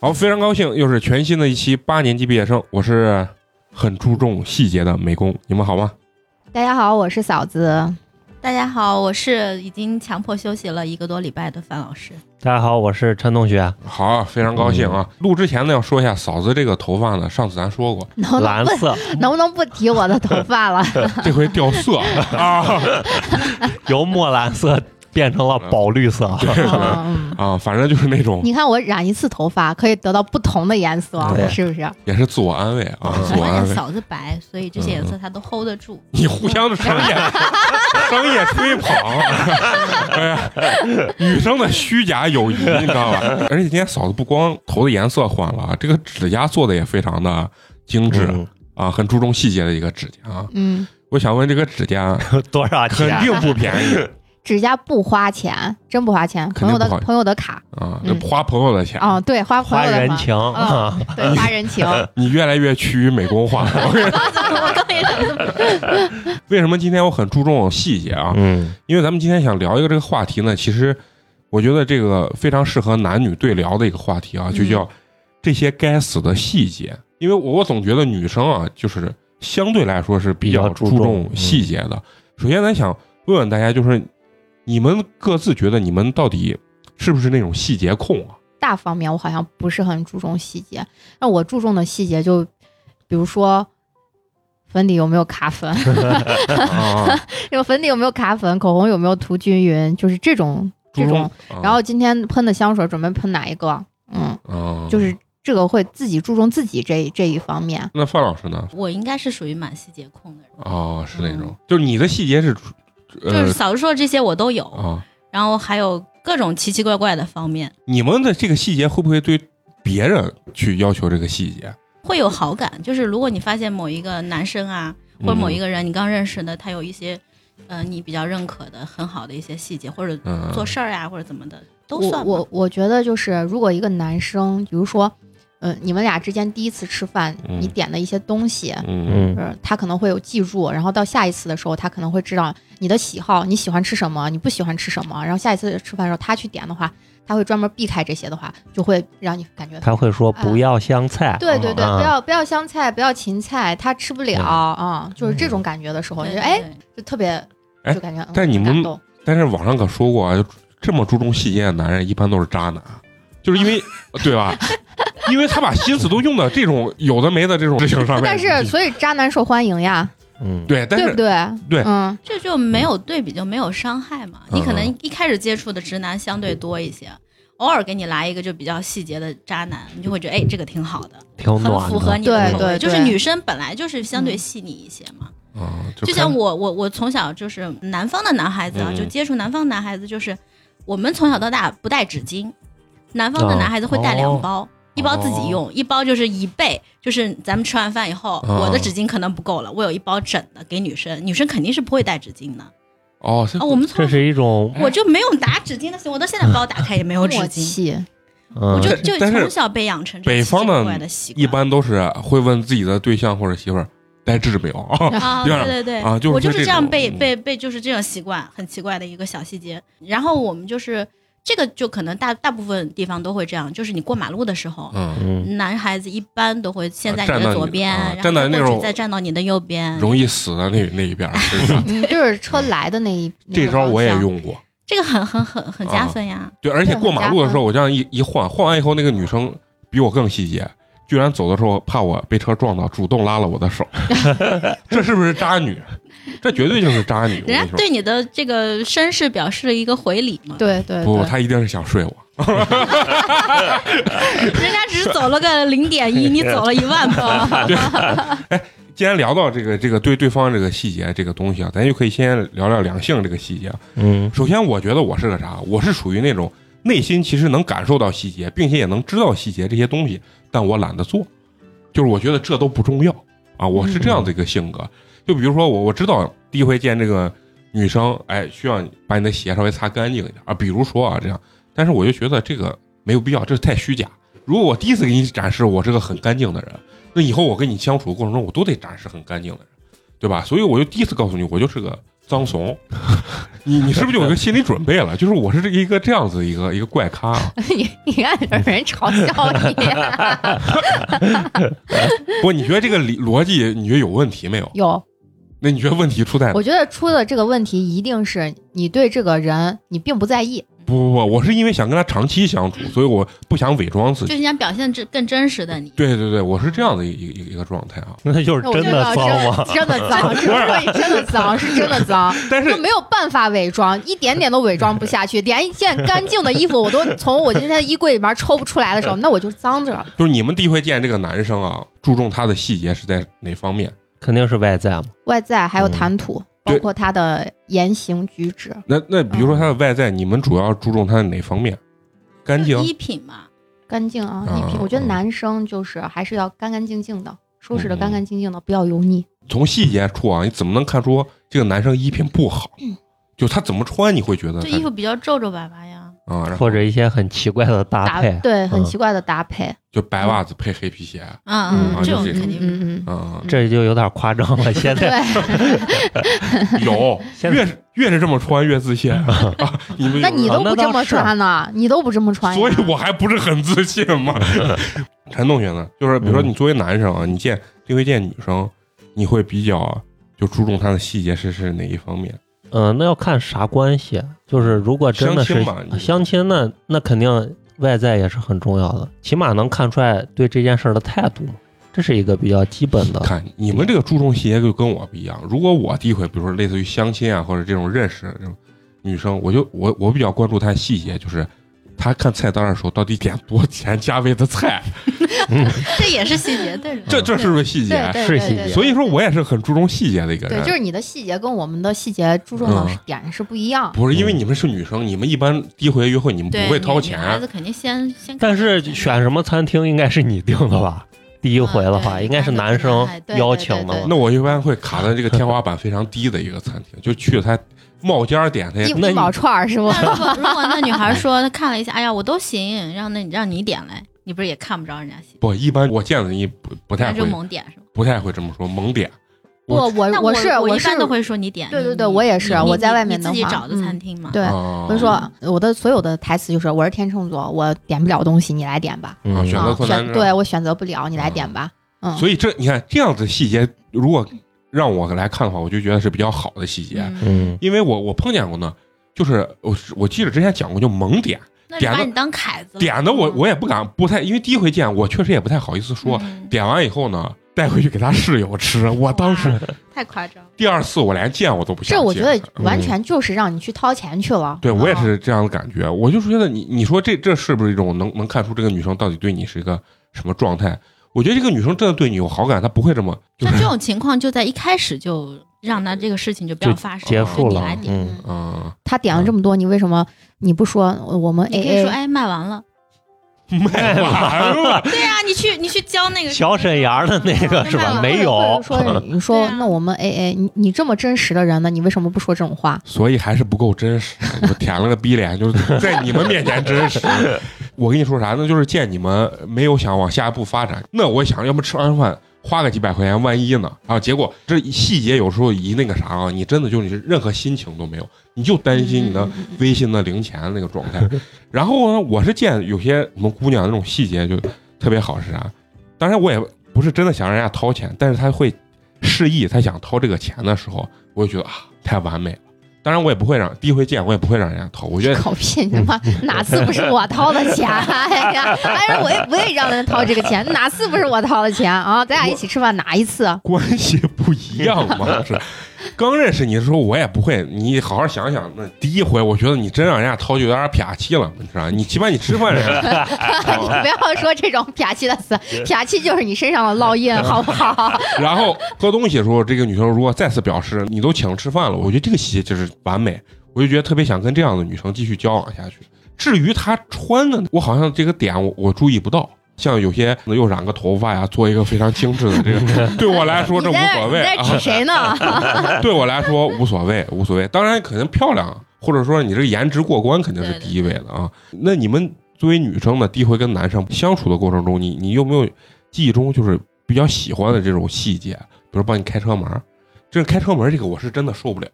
好，非常高兴，又是全新的一期八年级毕业生，我是很注重细节的美工，你们好吗？大家好，我是嫂子。大家好，我是已经强迫休息了一个多礼拜的范老师。大家好，我是陈同学，好，非常高兴啊！录之前呢，要说一下嫂子这个头发呢，上次咱说 过，能不能蓝不色能不能不提我的头发了？这回掉色 啊 由墨蓝色变成了宝绿色，嗯，啊，反正就是那种你看我染一次头发可以得到不同的颜色，对是不是？也是自我安慰啊，自我关安慰键。嫂子白，所以这些颜色她都 hold 得住。你互相的 商业商业吹捧，哎呀，女生的虚假友谊，你知道吧？而且今天嫂子不光头的颜色换了啊，这个指甲做的也非常的精致、嗯啊，很注重细节的一个指甲啊。嗯，我想问，这个啊指甲 多少嗯肯钱？定不便宜指甲不花钱，真不花钱，肯定朋友不的花朋友的卡。啊，嗯这花朋友的钱，哦，对，花朋花友的人卡。情啊，对，花人情。你越来越趋于美工化。 我跟你说我刚也想这么为什么今天我很注重细节啊？嗯因为咱们今天想聊一个这个话题呢，其实我觉得这个非常适合男女对聊的一个话题啊，嗯就叫这些该死的细节。因为我我总觉得女生啊，就是相对来说是比较比较注注重重细节嗯的。首先，咱想问问大家，就是你们各自觉得你们到底是不是那种细节 控啊？大方面我好像不是很注重细节，那我注重的细节就比如说。粉底有没有卡粉？啊，这个粉底有没有卡粉？口红有没有涂均匀？就是这种注这重种。。然后今天喷的香水准备喷哪一个？嗯，啊，就是这个会自己注重自己这一这一方面。那范老师呢？我应该是属于蛮细节控的人，哦，是那种嗯，就是你的细节是，就是呃嫂子说的这些我都有，啊，然后还有各种奇奇怪怪的方面，你们的这个细节会不会对别人去要求这个细节？会有好感。就是如果你发现某一个男生啊，或者某一个人你刚认识的，他有一些，呃，你比较认可的很好的一些细节，或者嗯做事儿呀，或者怎么的，都我算吧。我我觉得就是，如果一个男生，比如说，嗯、你们俩之间第一次吃饭，嗯你点的一些东西，嗯嗯，呃，他可能会有记住，然后到下一次的时候，他可能会知道你的喜好，你喜欢吃什么，你不喜欢吃什么，然后下一次吃饭的时候，他去点的话，他会专门避开这些的话，就会让你感觉。他会说不要香菜，对对对，嗯啊不要不要香菜，不要芹菜，他吃不了啊、就是这种感觉的时候，对你对就哎，对就特别，嗯哎就感觉。嗯但你们感动但是网上可说过啊，就这么注重细节的男人一般都是渣男，就是因 为对吧？因为他把心思都用到这种有的没的这种事情上面。但是，所以渣男受欢迎呀，嗯，对，但对是不对？对嗯，这就没有对比，就没有伤害嘛。嗯你可能一开始接触的直男相对多一些，偶尔给你来一个就比较细节的渣男，你就会觉得哎，这个挺好的，挺很暖符合的，你的对口味。对对就是女生本来就是相对细腻一些嘛。啊，就像我我我从小就是南方的男孩子啊，嗯就接触南方男孩子，就是我们从小到大不带纸巾，南方的哦男孩子会带两包。一包自己用，一包就是一备，就是咱们吃完饭以后，哦我的纸巾可能不够了，我有一包整的给女生，女生肯定是不会带纸巾的。哦，啊，我们从这是一种，我就没有拿纸巾的习惯，我到现在包打开也没有纸默巾，契，我嗯就嗯就但是从小被养成这北方种奇的奇怪怪的习惯，一般都是会问自己的对象或者媳妇儿带痣没有 啊啊，这样对对对，啊就是我就这是这样种被嗯被被就是这种习惯，很奇怪的一个小细节。然后我们就是这个就可能大大部分地方都会这样，就是你过马路的时候。嗯，嗯，男孩子一般都会先啊在站你到的你左边，啊然站后到再那过去种再站到你的右边。容易死的那那一边儿，是 吧嗯，就是车来的那一 这招我也，用过。这个很很很很加啊分呀！对，而且过马路的时候，我这样一一晃，晃完以后，那个女生比我更细节，居然走的时候怕我被车撞到，主动拉了我的 手，这是不是渣女？这绝对就是渣女！我跟你人家说，对你的这个绅士表示了一个回礼嘛，对对不，对，她一定是想睡我。 人家只走了个零点一，你走了一万 步。既然聊到这个这个对对方这个细节这个东西啊，咱就可以先聊聊两性这个细节。啊嗯首先，我觉得我是个啥？我是属于那种内心其实能感受到细节，并且也能知道细节这些东西，但我懒得做，就是我觉得这都不重要啊。我是这样的一个性格。就比如说我，我知道第一回见这个女生，哎，需要你把你的鞋稍微擦干净一点啊，比如说啊这样，但是我就觉得这个没有必要，这太虚假。如果我第一次给你展示我是个很干净的人，那以后我跟你相处的过程中，我都得展示很干净的人，对吧？所以我就第一次告诉你，我就是个脏怂， 你你是不是就有一个心理准备了？就是我是这一个这样子一个一个怪咖啊。你你看有人嘲笑 你，啊不过你觉得这个理逻辑，你觉得有问题没有？有那你觉得问题出在哪？我觉得出的这个问题一定是你对这个人你并不在意，不不不，我是因为想跟他长期相处，所以我不想伪装自就己。是你想表现真更真实的你。对对对，我是这样的一一一个状态啊。那他就是那我真就的知脏道吗？真的 脏，真的脏，真的脏，是真的脏，但是就没有办法伪装，一点点都伪装不下去，连一件干净的衣服我都从我今天的衣柜里面抽不出来的时候，那我就脏着。就是你们第一回见这个男生啊，注重他的细节是在哪方面？肯定是外在嘛。外在还有谈吐，嗯包括他的言行举止，那那比如说他的外在，你们主要注重他的哪方面？干净就衣品嘛，干净啊，啊一品。我觉得嗯男生就是还是要干干净净的，收拾的嗯干干净净的，不要油腻。从细节处啊，你怎么能看出这个男生衣品不好？就他怎么穿，你会觉得嗯就他衣服比较皱皱巴巴呀。啊，然后或者一些很奇怪的搭搭配，对，很嗯奇怪的搭配。就白袜子配黑皮鞋啊嗯嗯这种就是肯嗯定嗯嗯，啊，这就有点夸张了。现 在对， 有现在越是越是这么穿越自 信啊，你们那你都不这么穿呢？你都不这么穿呀，所以我还不是很自信 嘛。陈同学呢，就是比如说嗯你作为男生啊，你见第一回见女生，你会比较就注重她的细节是是哪一方面？嗯、那要看啥关系。啊就是如果真的是相亲吧你相亲那那肯定外在也是很重要的，起码能看出来对这件事儿的态度嘛，这是一个比较基本呃的。看你们这个注重细节就跟我不一样。如果我第一回，比如说类似于相亲啊，或者这种认识这种女生，我就我我比较关注她的细节，就是她看菜单的时候到底点多钱价位的菜，嗯这也是细节，对。这这是不是细对节？对是对细对节对所以说我也是很注重细节的一个对，人。就是你的细节跟我们的细节注重的嗯点是不一样。不是因为你们是女生，你们一般第一回约会你们不对，会女掏女孩钱啊子，肯定先先看看。但是选什么餐厅应该是你定 的吧？第一回的嗯话，对应该是男生哎对邀请对对的对嘛。那我一般会卡在这个天花板非常低的一个餐厅，就去他冒尖儿点他一也那一你毛串儿是不？那如果如果那女孩说她看了一下，哎呀，我都行，让那让你点嘞，你不是也看不着人家细节，不一般。我见的你不不那太就会，猛点是吗？不太会这么说，猛点。不，我呃我那我是我一是般都会说你点。对对你对你我也是你我在你外面你的自己话找的嗯餐厅嘛。对。啊我就说，我的所有的台词就是我是天秤座，我点不了东西，你来点吧。啊嗯选择啊，困难选症对我选择不了，你来点吧。嗯，所以这你看这样子细节，如果让我来看的话，我就觉得是比较好的细节，嗯，嗯，因为我我碰见过呢，就是我我记得之前讲过，就猛点那点就把的你当凯嗯子了。点的哦我我也不敢不太，因为第一回见我确实也不太好意思说，嗯点完以后呢带回去给他室友吃，我当时太夸张了。第二次我连见我都不想啊这我觉见得完全就是让你去掏钱去嗯了。嗯对嗯我也是这样的感觉。我就是觉得你，你说这这是不是一种能能看出这个女生到底对你是一个什么状态？我觉得这个女生真的对你有好感，她不会这么就像是这种情况，就在一开始就让他这个事情就不要发生，结束就你了来点。嗯嗯他点了这么多，你为什么你不说呃我们你可以 A 说， A？哎，卖完了。卖完了，对呀、你去你去交那个小沈阳的那个是吧？或者没有或者，说 你对说啊那我们 A A，你你这么真实的人呢，你为什么不说这种话？所以还是不够真实。 我舔了个逼脸，就是在你们面前真 实。我跟你说啥呢？就是见你们没有想往下一步发展，那我想要么吃完饭花个几百块钱，万一呢？啊，结果这细节有时候一那个啥啊，你真的就是你任何心情都没有，你就担心你的微信的零钱那个状态。然后呢，我是见有些我们姑娘那种细节就特别好是啥？当然我也不是真的想让人家掏钱，但是她会示意她想掏这个钱的时候，我就觉得啊太完美了。当然我也不会让第一回见我也不会让人家掏，我觉得 狗屁！你他妈嗯哪次不是我掏的钱？哎呀， 哎呀，我也我也让人掏这个钱，哪次不是我掏的钱啊？咱俩一起吃饭哪一次？啊关系不一样嘛，是。刚认识你的时候，我也不会。你好好想想，那第一回，我觉得你真让人家掏，就有点撇气了，你知道？你起码你吃饭人家，你 不要说这种 撇气的词，撇气就是你身上的烙印，好不好？然后喝东西的时候，这个女生如果再次表示你都请吃饭了，我觉得这个细节就是完美，我就觉得特别想跟这样的女生继续交往下去。至于她穿的，我好像这个点我我注意不到。像有些又染个头发呀，做一个非常精致的这 个，对我来说这你无在所你谓在啊。指谁呢？对我来说无所谓，无所谓。当然，可能漂亮，或者说你这个颜值过关，肯定是第一位的啊。那你们作为女生呢，第一回跟男生相处的过程中，你你有没有记忆中就是比较喜欢的这种细节？比如帮你开车门儿，这开车门儿这个我是真的受不了。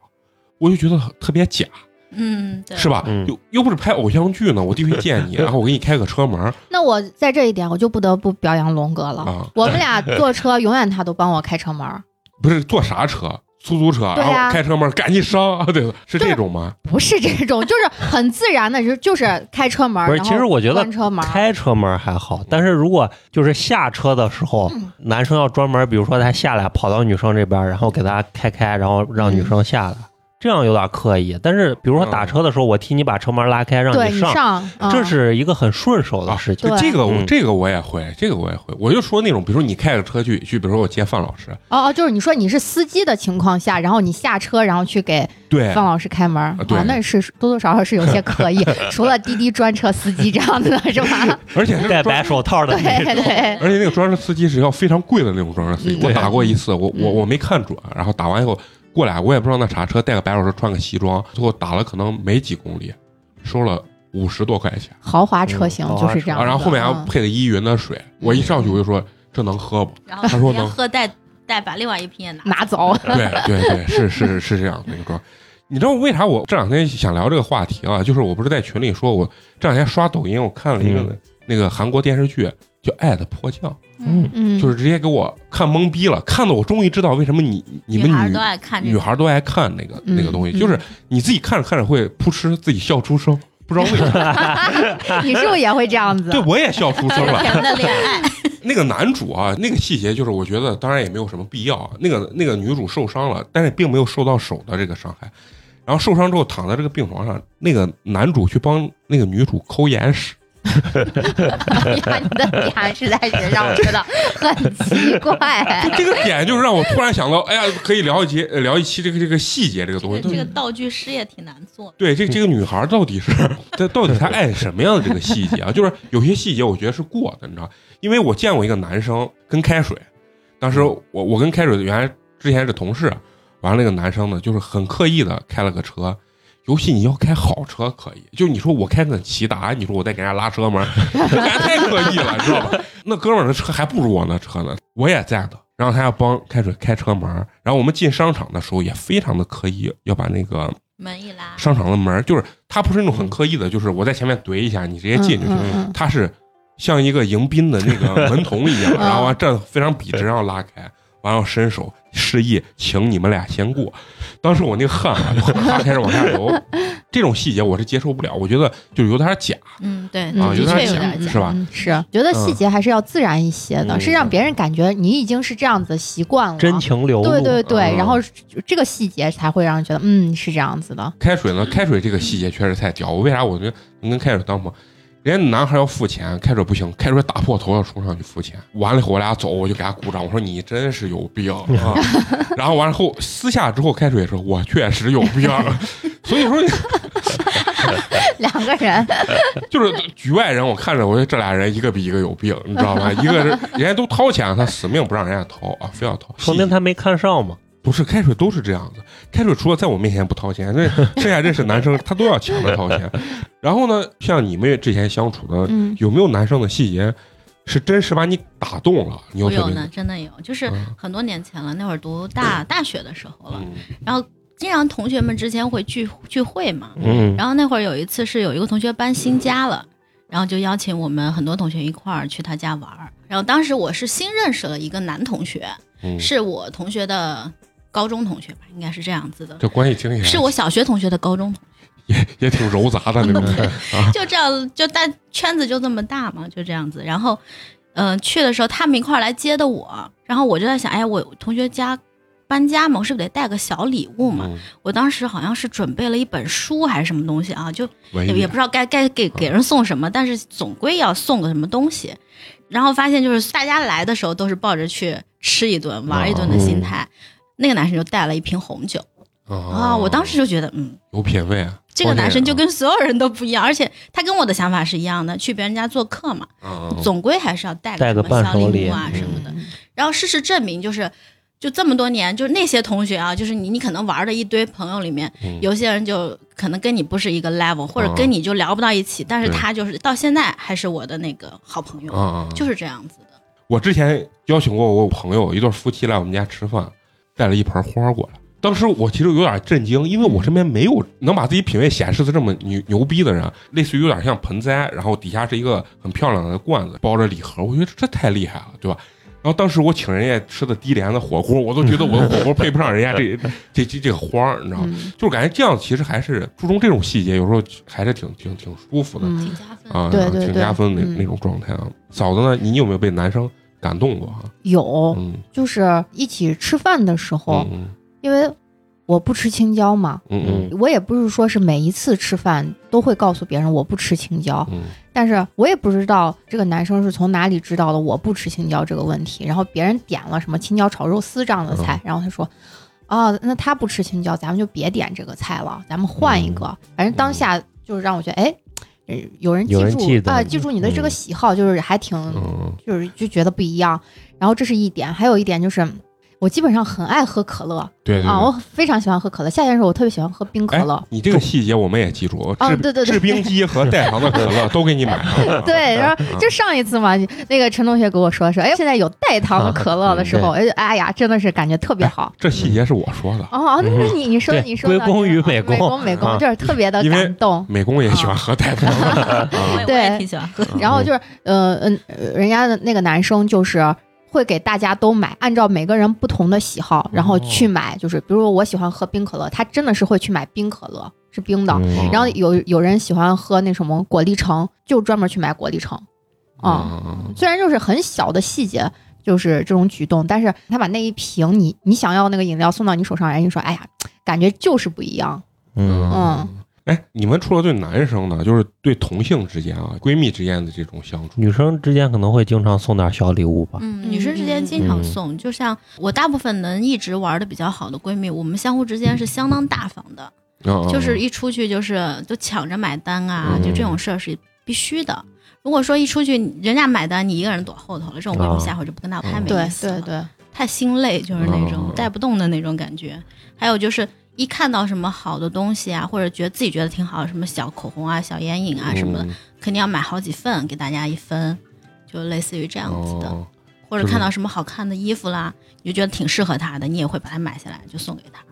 我就觉得很特别假，嗯，对，是吧？嗯又又不是拍偶像剧呢，我第一回见你，然后我给你开个车门儿 那我在这一点，我就不得不表扬龙哥了。啊，我们俩坐车， 永远他都帮我开车门儿，不是坐啥车？出租车，对然啊后开车门儿赶紧上，啊对了，是对这种吗？不是这种，就是很自然的，就就是开车门儿。不是然后其实我觉得关车门儿，开车门还好，但是如果就是下车的时候，嗯男生要专门，比如说他下来跑到女生这边，然后给他开开，然后让女生下来，嗯这样有点刻意。但是比如说打车的时候，我替你把车门拉开，让对你你上，上，嗯这是一个很顺手的事情。对这个我嗯这个我也会，这个我也会。我就说那种，比如说你开着车去去，比如说我接范老师，哦哦，就是你说你是司机的情况下，然后你下车，然后去给对方老师开门儿，哎对啊，那是多多少少是有些刻意，除了滴滴专车司机这样的是吧？而且是戴专白手套的对那种，对，而且那个专车司机是要非常贵的那种专车司机嗯，我对打过一次，我我嗯我没看准，然后打完以后过来，我也不知道那啥车，带个白手套，穿个西装，最后打了可能没几公里，收了五十多块钱，豪华车型就是这样啊，的。然后后面还嗯配了依云的水，我一上去我就说这能喝不？然后他说呢连喝带带把另外一瓶也嗯拿拿走，对对对，是是是这样的一个状态。你知道为啥我这两天想聊这个话题啊？就是我不是在群里说，我这两天刷抖音，我看了一个、嗯那个韩国电视剧叫《爱的迫降》，嗯嗯，就是直接给我看懵逼了，看的我终于知道为什么你你们女孩儿女都爱看这女个，孩儿都爱看那个、嗯那个东西，嗯就是你自己看着看着会扑哧自己笑出声，不知道为啥。 你是不是也会这样子？啊对，我也笑出声了。甜的 恋爱，那个男主啊，那个细节就是，我觉得当然也没有什么必要啊。那个那个女主受伤了，但是并没有受到手的这个伤害。然后受伤之后躺在这个病床上，那个男主去帮那个女主抠眼屎， 啊呀，你嗯的点是在学上，我觉得很奇怪。这个点就是让我突然想到，哎呀，可以聊一节呃聊一期这个这个细节这个这东西。个这个道具师也挺难做的。对，这这个女孩到底是她到底她爱什么样的这个细节啊？就是有些细节我觉得是过的，你知道，因为我见过一个男生跟开水，当时我我跟开水原来之前是同事，完了那个男生呢，就是很刻意的开了个车。尤其你要开好车可以，就你说我开个骐达，你说我再给人家拉车门，这还太刻意了，你知道吧？那哥们儿的车还不如我那车呢，我也在的。然后他要帮开水开车门，然后我们进商场的时候也非常的刻意，要把那个门一拉，商场的门儿，就是他不是那种很刻意的，就是我在前面怼一下，你直接进就行。嗯嗯嗯嗯他是像一个迎宾的那个门童一样， 嗯然后啊站非常笔直，然后拉开，完了伸手示意，请你们俩先过。当时我那个汗啊，啪开始往下流。这种细节我是接受不了，我觉得就有点假。嗯，对，嗯啊的有确点有假点假是。吧嗯是，觉得细节还是要自然一些的，嗯是让别人感觉你已经是这样子习惯了。 真情流露。对对对，嗯然后这个细节才会让人觉得，嗯，是这样子的。 开水呢，开水这个细节确实太屌。我为啥我觉得能跟开水当朋友？人家男孩要付钱，开水不行，开水打破头要冲上去付钱。完了以后我俩走，我就给他鼓掌，我说你真是有病啊！然后完了后私下之后，开水说我确实有病， 所以说两个人，呃就是局外人，我看着我觉得这俩人一个比一个有病，你知道吧？一个是人家都掏钱了，他死命不让人家掏啊，非要掏。说明他没看上嘛，不是开水都是这样子，开水除了在我面前不掏钱， 那剩下认识男生他都要抢着掏钱。然后呢，像你们之前相处的，嗯，有没有男生的细节是真是把你打动了？你又我特有别呢，真的有，就是嗯很多年前了，那会儿读大大学的时候了，嗯经常同学们之间会聚聚会嘛。嗯，然后那会儿有一次是有一个同学班新加了，然后就邀请我们很多同学一块儿去他家玩儿。然后当时我是新认识了一个男同学，嗯，是我同学的高中同学吧，应该是这样子的，这关系听起来是我小学同学的高中同学。也也挺揉杂的那种 就这样，就大圈子就这么大嘛，就这样子。然后，嗯、去的时候他们一块儿来接的我，然后我就在想，哎，我同学家搬家嘛，我是不是得带个小礼物嘛？ 嗯我当时好像是准备了一本书还是什么东西啊，就文也艺也不知道该该给给人送什么，但是总归要送个什么东西。然后发现就是大家来的时候都是抱着去吃一顿、玩一顿的哦心态，那个男生就带了一瓶红酒啊，我当时就觉得，嗯，有品位啊，这个男生就关跟所有人都不一样，而且他跟我的想法是一样的，去别人家做客嘛，键啊嗯总归还是要带哦带个什么伴小手礼礼物啊嗯什么的。然后事实证明，就是就这么多年，就是那些同学啊，就是你你可能玩的一堆朋友里面，嗯有些人就可能跟你不是一个 level，或者跟你就聊不到一起，但是对他就是到现在还是我的那个好朋友，啊，嗯就是这样子的。我之前邀请过我朋友一对夫妻来我们家吃饭，带了一盆花过来，当时我其实有点震惊，因为我身边没有能把自己品味显示的这么牛牛逼的人，类似于有点像盆栽，然后底下是一个很漂亮的罐子，包着礼盒，我觉得这太厉害了，对吧？然后当时我请人家吃的低廉的火锅，我都觉得我的火锅配不上人家这这这这个花儿，你知道吗？嗯就是感觉这样其实还是注重这种细节，有时候还是挺挺挺舒服的、嗯，加分啊，对对挺对加分的那嗯那种状态啊。嫂子呢，你有没有被男生感动过啊？有，嗯就是一起吃饭的时候，嗯因为我不吃青椒嘛，嗯嗯我也不是说是每一次吃饭都会告诉别人我不吃青椒，嗯但是我也不知道这个男生是从哪里知道的我不吃青椒这个问题。然后别人点了什么青椒炒肉丝这样的嗯菜，然后他说。哦，那他不吃青椒，咱们就别点这个菜了，咱们换一个。反正当下就是让我觉得，哎，呃有人记嗯有人住记得啊、你记住你的这个嗯喜好，就是还挺嗯嗯就是就觉得不一样。然后这是一点，还有一点就是，我基本上很爱喝可乐对对对啊，嗯我非常喜欢喝可乐。夏天的时候我特别喜欢喝冰可哎乐，你这个细节我们也记住，制、哦对对对制冰机和代糖的可乐都给你买上啊了。 对，然后就上一次嘛，那个陈同学给我说说，哎，现在有代糖的可乐的时候， 哎，哎呀，真的是感觉特别好。 这细节是我说的，哦，那那你你说嗯对你说的归功于美美工，工美工啊就是特别的因为感动。美工也喜啊欢喝代糖的。 啊我也我对也挺喜欢喝。然后就是，呃嗯，呃人家的那个男生就是会给大家都买，按照每个人不同的喜好，然后哦去买，就是比如说我喜欢喝冰可乐，他真的是会去买冰可乐，是冰的。嗯然后有有人喜欢喝那什么果粒橙，就专门去买果粒橙，啊、嗯虽然就是很小的细节，就是这种举动，但是他把那一瓶你你想要那个饮料送到你手上，人家说，哎呀，感觉就是不一样。嗯，嗯哎，你们除了对男生呢，就是对同性之间啊、闺蜜之间的这种相处，女生之间可能会经常送点小礼物吧。嗯，女生之间经常送，就像我大部分能一直玩的比较好的闺蜜，我们相互之间是相当大方的，嗯就是一出去就是就抢着买单啊，嗯就这种事儿是必须的。如果说一出去人家买单，你一个人躲后头了，这种闺蜜啊下回就不跟她拍嗯没对意思了对对，太心累，就是那种嗯带不动的那种感觉。还有就是一看到什么好的东西啊，或者觉得自己觉得挺好，什么小口红啊、小眼影啊什么的，嗯肯定要买好几份给大家一分，就类似于这样子的。哦或是者的看到什么好看的衣服啦，你就觉得挺适合她的，你也会把它买下来，就送给她。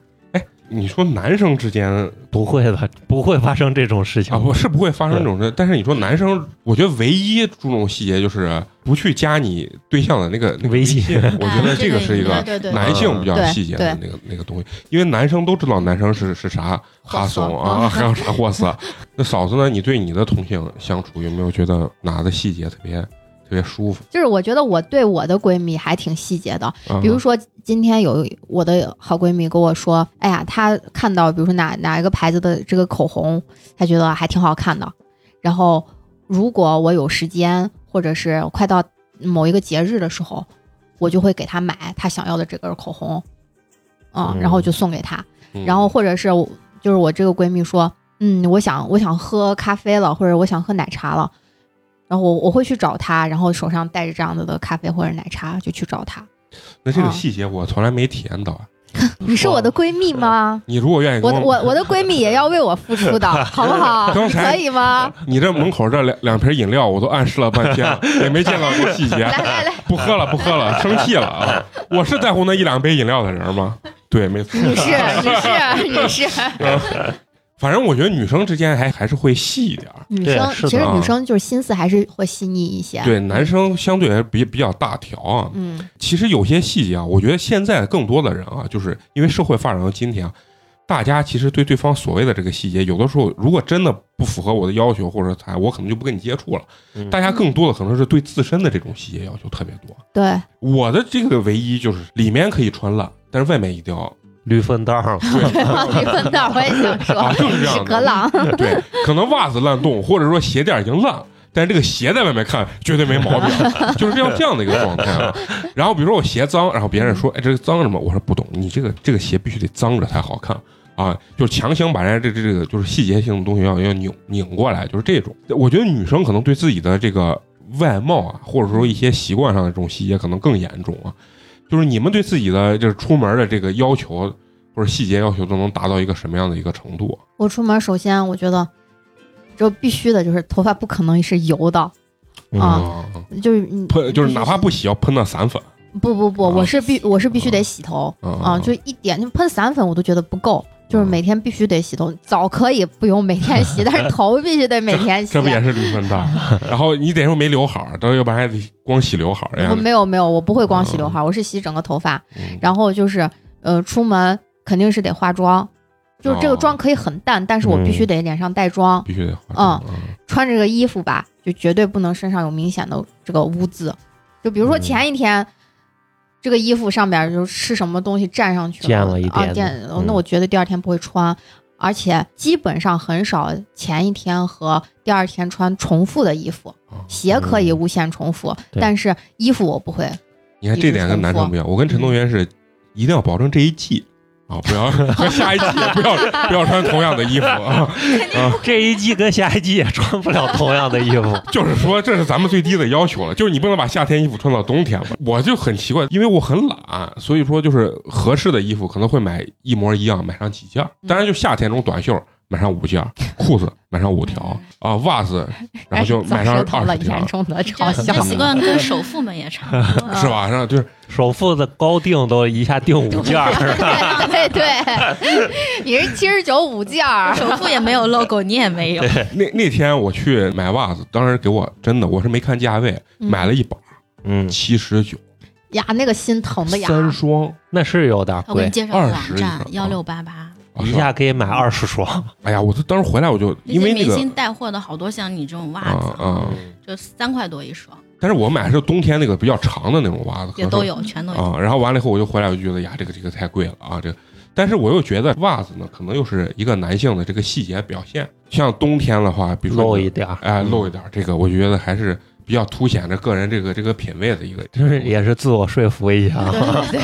你说男生之间嗯不会的，不会发生这种事情啊，不是不会发生这种事，但是你说男生，我觉得唯一注重细节就是不去加你对象的那个那个微信信，我觉得啊哎这个是一个对对对男性比较对细节的那个那个东西，因为男生都知道男生是是啥哈怂啊， 还有啥货色。那嫂子呢？你对你的同性相处有没有觉得哪的细节特别特别舒服？就是我觉得我对我的闺蜜还挺细节的，啊比如说今天有我的好闺蜜跟我说，哎呀，她看到比如说哪哪一个牌子的这个口红，她觉得还挺好看的。然后如果我有时间，或者是快到某一个节日的时候，我就会给她买她想要的这根口红，嗯，然后就送给她。嗯然后或者是我就是我这个闺蜜说，嗯，我想我想喝咖啡了，或者我想喝奶茶了，然后我我会去找她，然后手上带着这样子的咖啡或者奶茶就去找她。那这个啊细节我从来没体验到啊。你是我的闺蜜吗？你如果愿意我跟我我的闺蜜也要为我 付出的，好不好？刚你才可以吗？你这门口这两两瓶饮料，我都暗示了半天了， 也没见到这细节。来来来， 不喝了，不喝了，生气了啊！我是在乎那一两杯饮料的人吗？对，没错。你是 你是你是反正我觉得女生之间还还是会细一点儿，女对生，是的其实女生就是心思还是会细腻一些。对男生相对还比比较大条啊。嗯，其实有些细节啊，我觉得现在更多的人啊，就是因为社会发展到今天啊，大家其实对对方所谓的这个细节，有的时候如果真的不符合我的要求或者啥，我可能就不跟你接触了。嗯大家更多的可能是对自身的这种细节要求特别多。对， 我的这个唯一就是里面可以穿烂，但是外面一定要驴粪蛋儿，你问到我也想啊，说，就是这样屎的壳。郎， 对，可能袜子烂洞，或者说鞋垫已经烂了。但是这个鞋在外面看绝对没毛病， 就是这样这样的一个状态啊。然后比如说我鞋脏，然后别人说：“哎，这个脏什么？”我说：“不懂，你这个这个鞋必须得脏着才好看啊！”就是强行把人家这这这个就是细节性的东西要要拧拧过来，就是这种。我觉得女生可能对自己的这个外貌啊，或者说一些习惯上的这种细节可能更严重啊。就是你们对自己的就是出门的这个要求或者细节要求都能达到一个什么样的一个程度啊？我出门首先我觉得。就必须的，就是头发 不可能是油的，啊嗯啊就是你喷就是哪怕不洗要喷到散粉，不不不，啊我是必我是必须得洗头啊啊啊，就一点就喷散粉我都觉得不够，嗯就是每天必须得洗头，澡可以不用每天洗，但是头必须得每天洗这。啊不也是驴粪蛋儿？ 然后你得说没刘海儿，到要不然还得光洗刘海儿我呀。没有没有，我不会光洗刘嗯海，我是洗整个头发。然后就是呃，出门肯定是得化妆，就是这个哦嗯妆可以很淡，但是我必须得脸上带妆后，必须得嗯化嗯妆。穿这个衣服吧，就绝对不能身上有明显的这个污渍。就比如说嗯前一天，这个衣服上面就是什么东西沾上去了，溅了一啊点溅，嗯那我觉得第二天不会穿，而且基本上很少前一天和第二天穿重复的衣服。啊鞋可以无限重复，对但是衣服我不会。你看这点跟男生不一样，我跟陈同学是一定要保证这一季啊，不 要和下一季也不要不要穿同样的衣服啊。这一季跟下一季也穿不了同样的衣 服。 就是说，这是咱们最低的要求了，就是你不能把夏天衣服穿到冬天吧。我就很奇怪，因为我很懒，所以说就是合适的衣服可能会买一模一样，买上几件儿。当然，就夏天这种短袖买上五件儿，裤子买上五条啊，袜子然后就买上哎遭受到二了十条嗯严。重的这嘲这 笑，习惯跟首富们也差不多。是吧？然后就是首付的高定都一下定五件儿，对对对， 你是七十九五件儿，首富也没有 logo，你也没有。那那天我去买袜子，当时给我真的我是没看价位，嗯买了一把 嗯，七十九，呀，那个心疼的呀，三双，那是有点我给你贵，介绍个网20站一个幺六八八，啊一下可以买二十双。哎呀，我就当时回来我就因为那美个心带货的好多像你这种袜啊子啊，啊，就三块多一双，但是我买的是冬天那个比较长的那种袜子，也都有，全都有。啊。然后完了以后我就回来我就觉得呀，这个这个太贵了啊，这个。但是我又觉得袜子呢，可能又是一个男性的这个细节表现。像冬天的话，比如说 露你一点儿，嗯哎露一点儿，这个我觉得还是比较凸显着个人这个这个品味的一个，啊就是也是自我说服一下。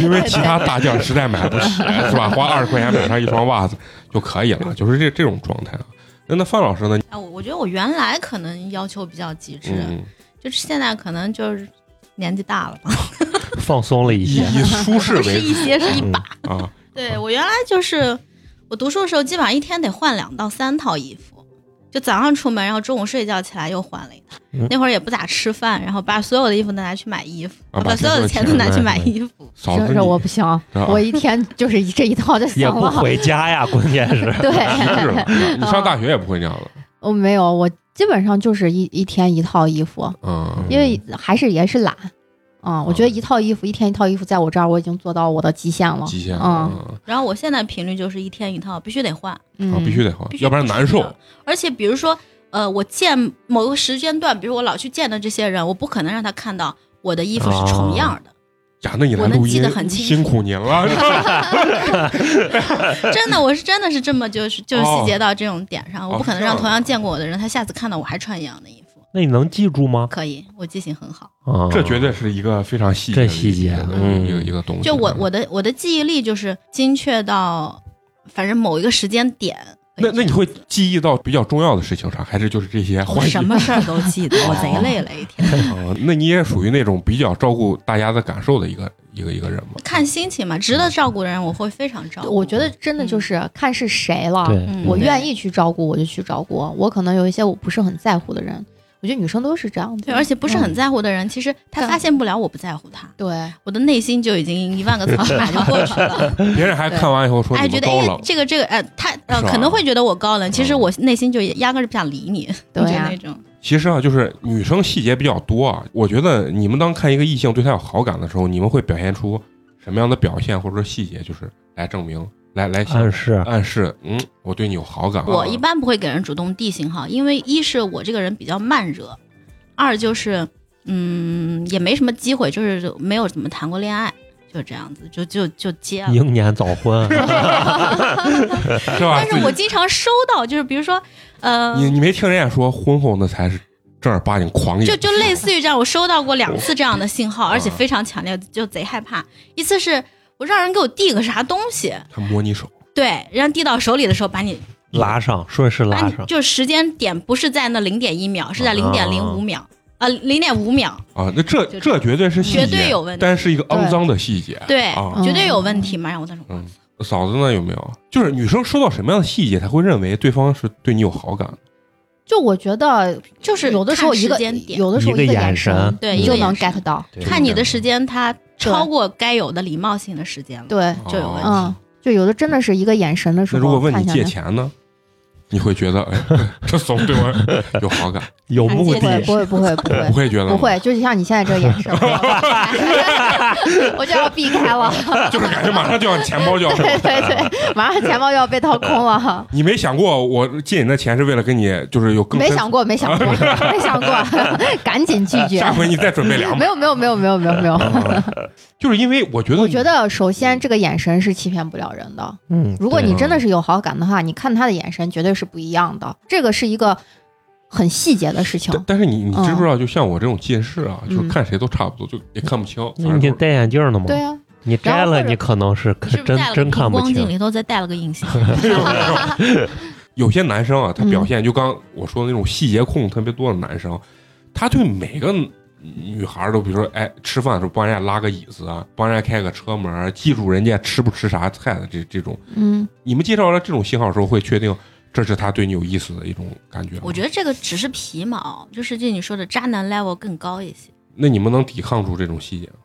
因为其他大件儿实在买不起，是吧？花二十块钱买上一双袜子就可以了，就是这这种状态啊。那那范老师呢？哎，我我觉得我原来可能要求比较极致，嗯，就是啊现在可能就是年纪大了吧， 放松了一以 些。以舒适 不是为一主些是一把。啊，对我原来就是我读书的时候，基本上一天得换两到三套衣服，就早上出门，然后中午睡觉起来又换了一套。嗯那会儿也不咋吃饭，然后把所有的衣服都拿去买衣服，啊把把所有的钱都拿去买衣服。嫂真子是你啊我不行，吧我一天就是一这一套就行也不了。回家呀，关键是 对，极致了，你 上大学也不会那样了，我没有，我基本上就是一一天一套衣服，嗯，因为还是也是懒。啊、我觉得一套衣服一天一套衣服，在我这儿我已经做到我的极限哦了。极限嗯啊，然后我现在频率就是一天一套，必须得换，啊嗯，必须得换必，须要不然难受得换。而且比如说，呃，我见某个时间段，比如我老去见的这些人，我不可能让他看到我的衣服是重样的。呀，那你来我能录记音得很清楚辛苦您了， 啊真的，我是真的是这么就是就是哦细节到这种点上，我哦不可是能这样让的同样见过我的人，他下次看到我还穿一样的衣服。那你能记住吗？可以，我记性很好。啊，这绝对是一个非常细节的这细节一个嗯一个一个东西。嗯就我我的我的记忆力就是精确到，反正某一个时间点。那那你会记忆到比较重要的事情上，还是就是这些我欢喜什？么事儿都记得，我贼累了一天。啊那你也属于那种比较照顾大家的感受的一个一个一个人吗？看心情嘛，值得照顾的人我会非常照顾。嗯我觉得真的就是看是谁了。对嗯，啊我对愿意去照顾，我就去照顾。我可能有一些我不是很在乎的人，我觉得女生都是这样子。对，而且不是很在乎的人，其实他嗯对啊发现不了我不在乎他，对，我的内心就已经一 万 个草马就过去了。别人还看完以后说哎，你觉们得高哎冷，这个这个，哎，他呃是吧可能会觉得我高冷，其实嗯我内心就也压根儿不想理你，对就呀那种。其实啊，就是女生细节比较多啊。我觉得你们当看一个异性对她有好感的时候，你们会表现出什么样的表现或者说细节，就是来证明，来来想嗯暗示暗示，嗯，我对你有好感啊。我一般不会给人主动递信号，因为一是我这个人比较慢热，二就是嗯也没什么机会，就是没有怎么谈过恋爱，就这样子，就就就接了。英年早婚，是吧？但是我经常收到，就是比如说，呃，你你没听人家说婚后那才是正儿八经狂野，就就类似于这样，我收到过哦两次这样的信号，而啊且非常强烈，就贼害怕。一次是我让人给我递个啥东西，他摸你手，对，人家递到手里的时候把你拉上顺势把拉你上，就时间点不是在那零点一秒，是在零点零啊五秒，呃，零点五秒，啊，那这就这绝对是细节，绝对有问题但是一个肮脏的细节。对，啊，绝对有问题嘛。然后我当时嗯嫂子呢有没有？就是女生收到什么样的细节，才会认为对方是对你有好感？就我觉得就是有的时候看一个时间点有的时候一个个眼眼神对你一就个能眼神 get 到。对看你的时间，他超过该有的礼貌性的时间了。对，就有问题嗯，就有的真的是一个眼神的时啊那如候，果问你看借下去钱呢，你会觉得哎， 这怂对我有 好感，有目借钱的不会不会不 会不会觉得不会，就是像你现在这个眼神， 我就要避开 了。就是感觉马上就要钱包就要对对对，马上钱包就要被掏空了。你没想过我借你的钱是为了跟你就是有更没深想过，没想过，没想过， 赶紧拒绝下。回你再准备两嗯没百。有没有没有没有没有没有， 就是因为我觉得，我觉得首先这个眼神是欺骗不了人的。嗯，如果对啊你真的是有好感的话，你看他的眼神绝对是不一样的。这个是一个很细节的事情但，但是你你嗯知不知道，就像我这种近视啊，就是嗯看谁都差不多，就也看不清。反正你就是戴眼镜了吗？对啊呀，你摘然后或了，者你可能是你可是不是真戴了个真看平不光镜，清。里头再戴了个隐 形？有些男生啊，他表现就刚我说的那种细节控特别多的男生，他对每个女孩儿都，比如说，哎，吃饭的时候帮人家拉个椅子啊，帮人家开个车门儿，记住人家吃不吃啥菜的这这种，嗯，你们接到了这种信号的时候，会确定这是他对你有意思的一种感觉吗。 我觉得这个只是皮毛，就是就你说的渣男 level 更高一些。那你们能抵抗住这种细节吗？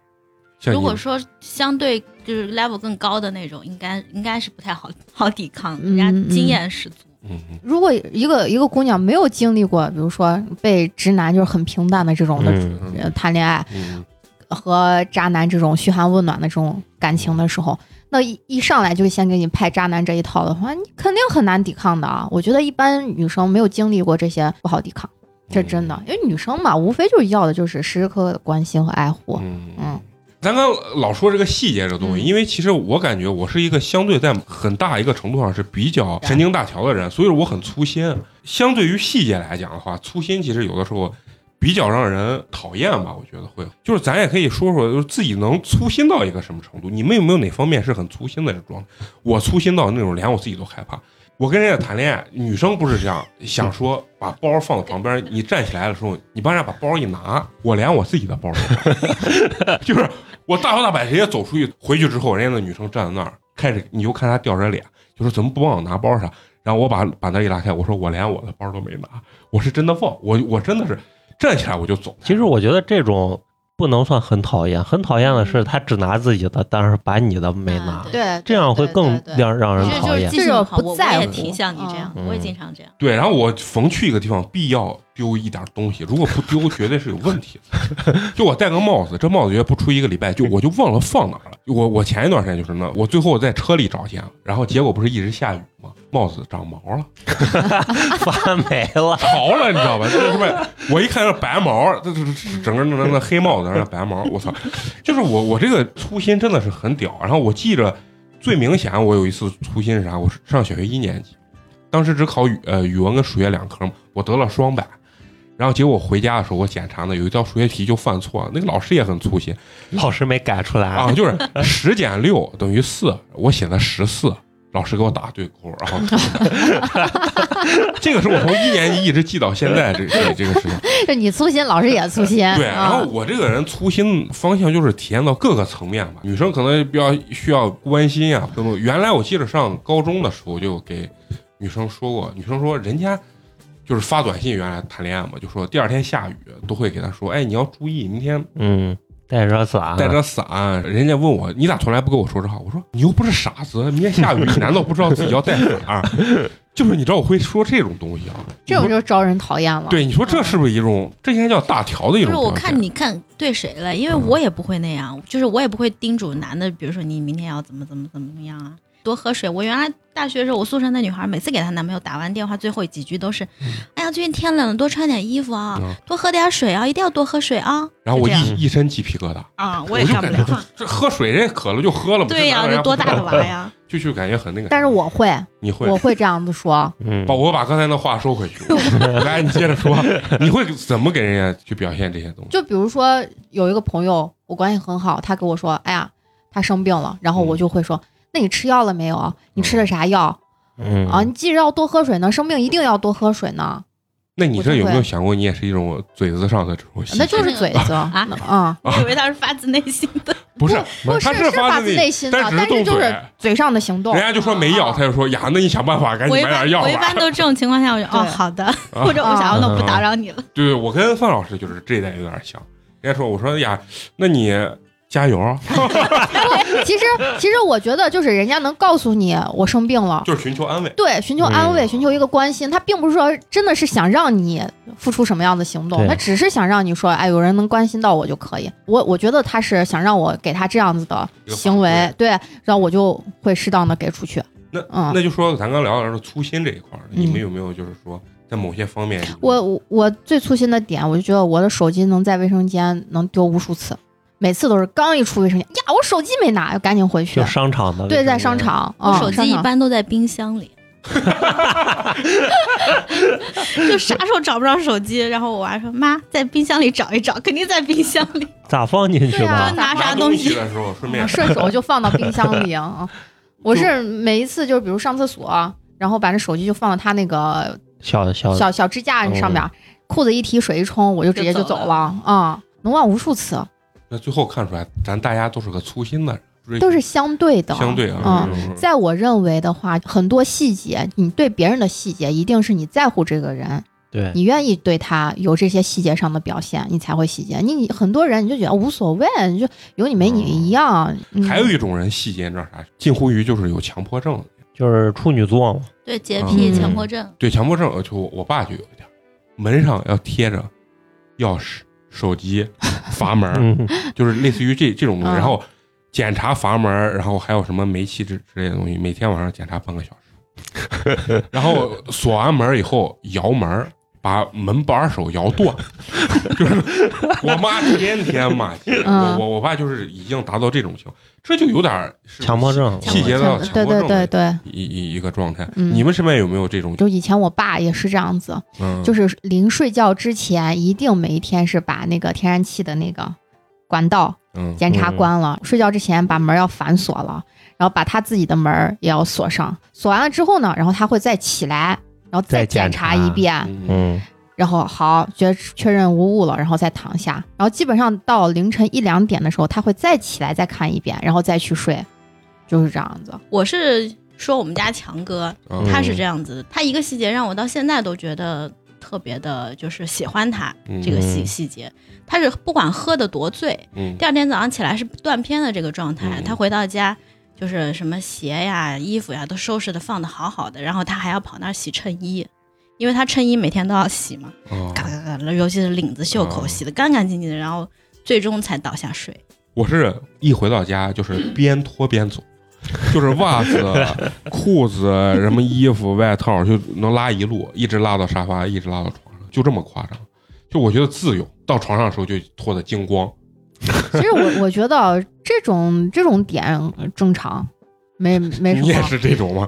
像你如果说相对就是 level 更高的那种，应该应该是不太好好抵抗，嗯人家经验十足。嗯，嗯如果一个一个姑娘没有经历过，比如说被直男就是很平淡的这种的嗯，嗯呃谈恋爱，嗯，和渣男这种嘘寒问暖的这种感情的时候，那一一上来就先给你拍渣男这一套的话，你肯定很难抵抗的啊！我觉得一般女生没有经历过这些，不好抵抗，这真的，嗯因为女生嘛，无非就是要的就是时时刻刻的关心和爱护。嗯嗯，咱刚老说这个细节这东西，嗯因为其实我感觉我是一个相对在很大一个程度上是比较神经大条的人，所以我很粗心。相对于细节来讲的话，粗心其实有的时候比较让人讨厌吧，我觉得会。就是咱也可以说说，就是自己能粗心到一个什么程度？你们有没有哪方面是很粗心的这种状态？我粗心到那种连我自己都害怕。我跟人家谈恋爱，女生不是这样，想说把包放在旁边，你站起来的时候，你帮人家把包一拿，我连我自己的包都 就是我大摇大摆直接走出去，回去之后，人家那女生站在那儿，开始你就看她吊着脸，就说怎么不帮我拿包啥？然后我把把那一拉开，我说我连我的包都没拿，我是真的忘，我 我真的是站起来我就走。其实我觉得这种不能算很讨厌，很讨厌的是他只拿自己的，但是把你的没拿啊，对嗯对，这样会更对对对让让人这就讨是厌。记性好，这种我不我在乎也挺像你这样，嗯我也经常这样。对，然后我逢去一个地方，必要丢一点东西，如果不丢，绝对是有问题的。就我戴个帽子，这帽子绝对不出一个礼拜，就我就忘了放哪儿了。我我前一段时间就是那，我最后在车里找去，然后结果不是一直下雨吗？帽子长毛了。发霉 了，潮了，你知道吧？就是外，我一看这白毛，这这这整个那那黑帽子，然后白毛，我操！就是我我这个粗心真的是很屌。然后我记着最明显，我有一次粗心是啥？我是上小学一年级，当时只考语呃语文跟数学两科嘛，我得了双百。然后结果回家的时候，我检查呢，有一道数学题就犯错，那个老师也很粗心老师没改出来 啊，。就是十减六等于四，我写的十四，老师给我打对勾，然后 这个是我从一年级一直记到现在这这这个事情。就 你粗心，老师也粗心。对，然啊后我这个人粗心方向就是体验到各个层面吧。女生可能比较需要关心啊，各种。原来我记得上高中的时候就给女生说过，女生说人家就是发短信，原来谈恋爱嘛，就说第二天下雨都会给她说，哎，你要注意，明天嗯，带着伞，带着伞。人家问我，你咋从来不跟我说这话？我说你又不是傻子，明天下雨，你难道不知道自己要带伞儿？ 就是你知道我会说这种东西啊，这种就招人讨厌了。对你说这是不是一种？这应该叫大条的一就种嗯是表现。我看你看对谁了，因为我也不会那样，就是我也不会叮嘱男的，比如说你明天要怎么怎么怎么样啊，多喝水。我原来大学的时候，我宿舍那女孩每次给她男朋友打完电话，最后几句都是：“哎呀，最近天冷了，多穿点衣服啊，嗯多喝点水啊，一定要多喝水啊。”然后我就这样一一身鸡皮疙瘩。啊，我我也就干不感觉了。这喝水人家渴了就喝了嘛，对呀、这哪有人这家多大 的不喝娃呀！就就感觉很那个。但是我会，你会我会这样子说，嗯把，我把刚才那话收回去，来你接着说，你会怎么给人家去表现这些东西？就比如说有一个朋友，我关系很好，他跟我说：“哎呀，他生病了。”然后我就会说：“那你吃药了没有啊？你吃的啥药嗯啊？你记着要多喝水呢，生病一定要多喝水呢。那你这我就有没有会想过，你也是一种嘴子上的这种戏？那就是嘴子啊啊，我以为他是发自内心的，不是？不他是发发自内心的，但但只是动就嘴。是嘴上的行动人。家就说没药，啊他就说呀，哎那你想办法赶我一紧买般点药我一吧般。都这种情 况下，我就哦对好的，或者我想要那我不打扰你了。对对，我跟范老师就是这一点有点像。人家说我说呀，那你加油啊！其实其实我觉得就是人家能告诉你我生病了，就是寻求安慰。对，寻求安嗯慰，寻求一个关心，他并不是说真的是想让你付出什么样的行动，对他只是想让你说，哎，有人能关心到我就可以。我我觉得他是想让我给他这样子的行一个为，对，然后我就会适当的给出去。那、嗯那就说咱刚聊到的是粗心这一块儿，嗯你们有没有就是说在某些方面，我我我最粗心的点，我就觉得我的手机能在卫生间能丢无数次，每次都是刚一出卫生间，呀，我手机没拿，赶紧回去就。商场的，对，在商。场，我嗯手商机一场般都在冰箱里， 就啥时候找不着手机，然后我娃说妈在冰箱里找一找，肯定在冰箱里。咋放进去对啊的？拿啥东东西的时候顺便我啊顺手就放到冰箱里啊。 我是每一次就是比如上厕所，啊然后把这手机就放到他那个小小小小支哦架上面，裤子一提水一冲，我就直接就就走走了啊、能忘无数次，那最后看出来，咱大家都是个粗心的人，追都是相对的。相对啊。嗯嗯在我认为的话，很多细节，你对别人的细节，一定是你在乎这个人，对，你愿意对他有这些细节上的表现，你才会细节。你你很多人你就觉得无所谓，你就有你没你一样。嗯、哦还有一种人细节，你知道啥？近乎于就是有强迫症的，就是处女座嘛，对，洁癖、嗯强迫症，对强迫症，呃就我爸就有一点儿，门上要贴着钥匙、手机、阀门儿，嗯， 就是类似于这这种东西。嗯然后检查阀门儿，然后还有什么煤气之之类的东西，每天晚上检查半个小时。 然后锁完门儿以后摇门儿，把门把手摇断。 就是我妈天天骂街，我嗯我我爸就是已经达到这种情况，这就有点儿是强迫 症。细节到强对迫对症对的对，一一一个状态。嗯你们身边有没有这种？就以前我爸也是这样子，嗯，就是临睡觉之前，一定每一天是把那个天然气的那个管道嗯检查嗯关了，睡觉之前把门要反锁了，然后把他自己的门儿也要锁上。锁完了之后呢，然后他会再起来，然后再检检查查一遍，嗯嗯，然后好觉确认无误了，然后再躺下。然后基本上到凌晨一两点的时候，他会再起来再看一遍，然后再去睡，就是这样子。我是说我们家强哥，嗯他是这样子的，他一个细节让我到现在都觉得特别的，就是喜欢他嗯这个细嗯细节。他是不管喝的多醉，嗯第二天早上起来是断片的这个状态。嗯他回到家就是什么鞋呀、衣服呀都收拾的放的好好的，然后他还要跑那儿洗衬衣，因为他衬衣每天都要洗嘛，哦嘎嘎嘎的，尤其是领子、袖口哦洗的干干净净的，然后最终才倒下睡。我是一回到家就是边脱边走，就是袜 子、裤子、什么衣服、外套就能拉一路，一直拉到沙发，一直拉到床上，就这么夸张。就我觉得自由，到床上的时候就脱得精光。其实我我觉得这种这种点呃正常，没没什你 么也。是这种吗？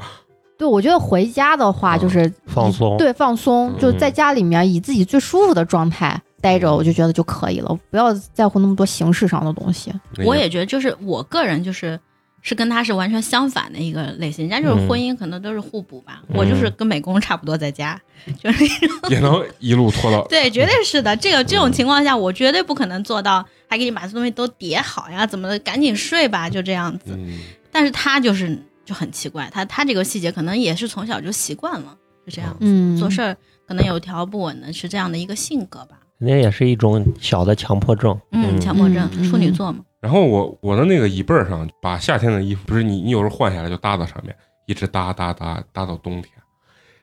对，我觉得回家的话嗯就是放松。对，放松，嗯就在家里面以自己最舒服的状态待着，我就觉得就可以了，不要在乎那么多形式上的东西。我也觉得，就是我个人就是是跟他是完全相反的一个类型，人家就是婚姻可能都是互补吧。嗯我就是跟美工差不多，在家就是那种也能一路脱到。 对，绝对是的。这个这种情况下，我绝对不可能做到还给你把东西都叠好呀，怎么的，赶紧睡吧，就这样子。嗯，但是他就是就很奇怪，他他这个细节可能也是从小就习惯了，就这样子、嗯，做事儿可能有条不紊的，是这样的一个性格吧。人家也是一种小的强迫症。嗯，强迫症，嗯处女座嘛。然后我我的那个椅背儿上，把夏天的衣服，不是你你有时候换下来就搭到上面，一直搭搭搭搭到冬天，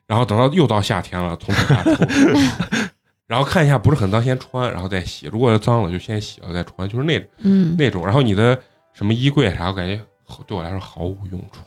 然后等到又到夏天了，从底下抽出来， 然后看一下不是很脏，先穿，然后再洗。如果脏了就先洗了再穿，就是那 嗯，那种。然后你的什么衣柜啥，我感觉对我来说毫无用处，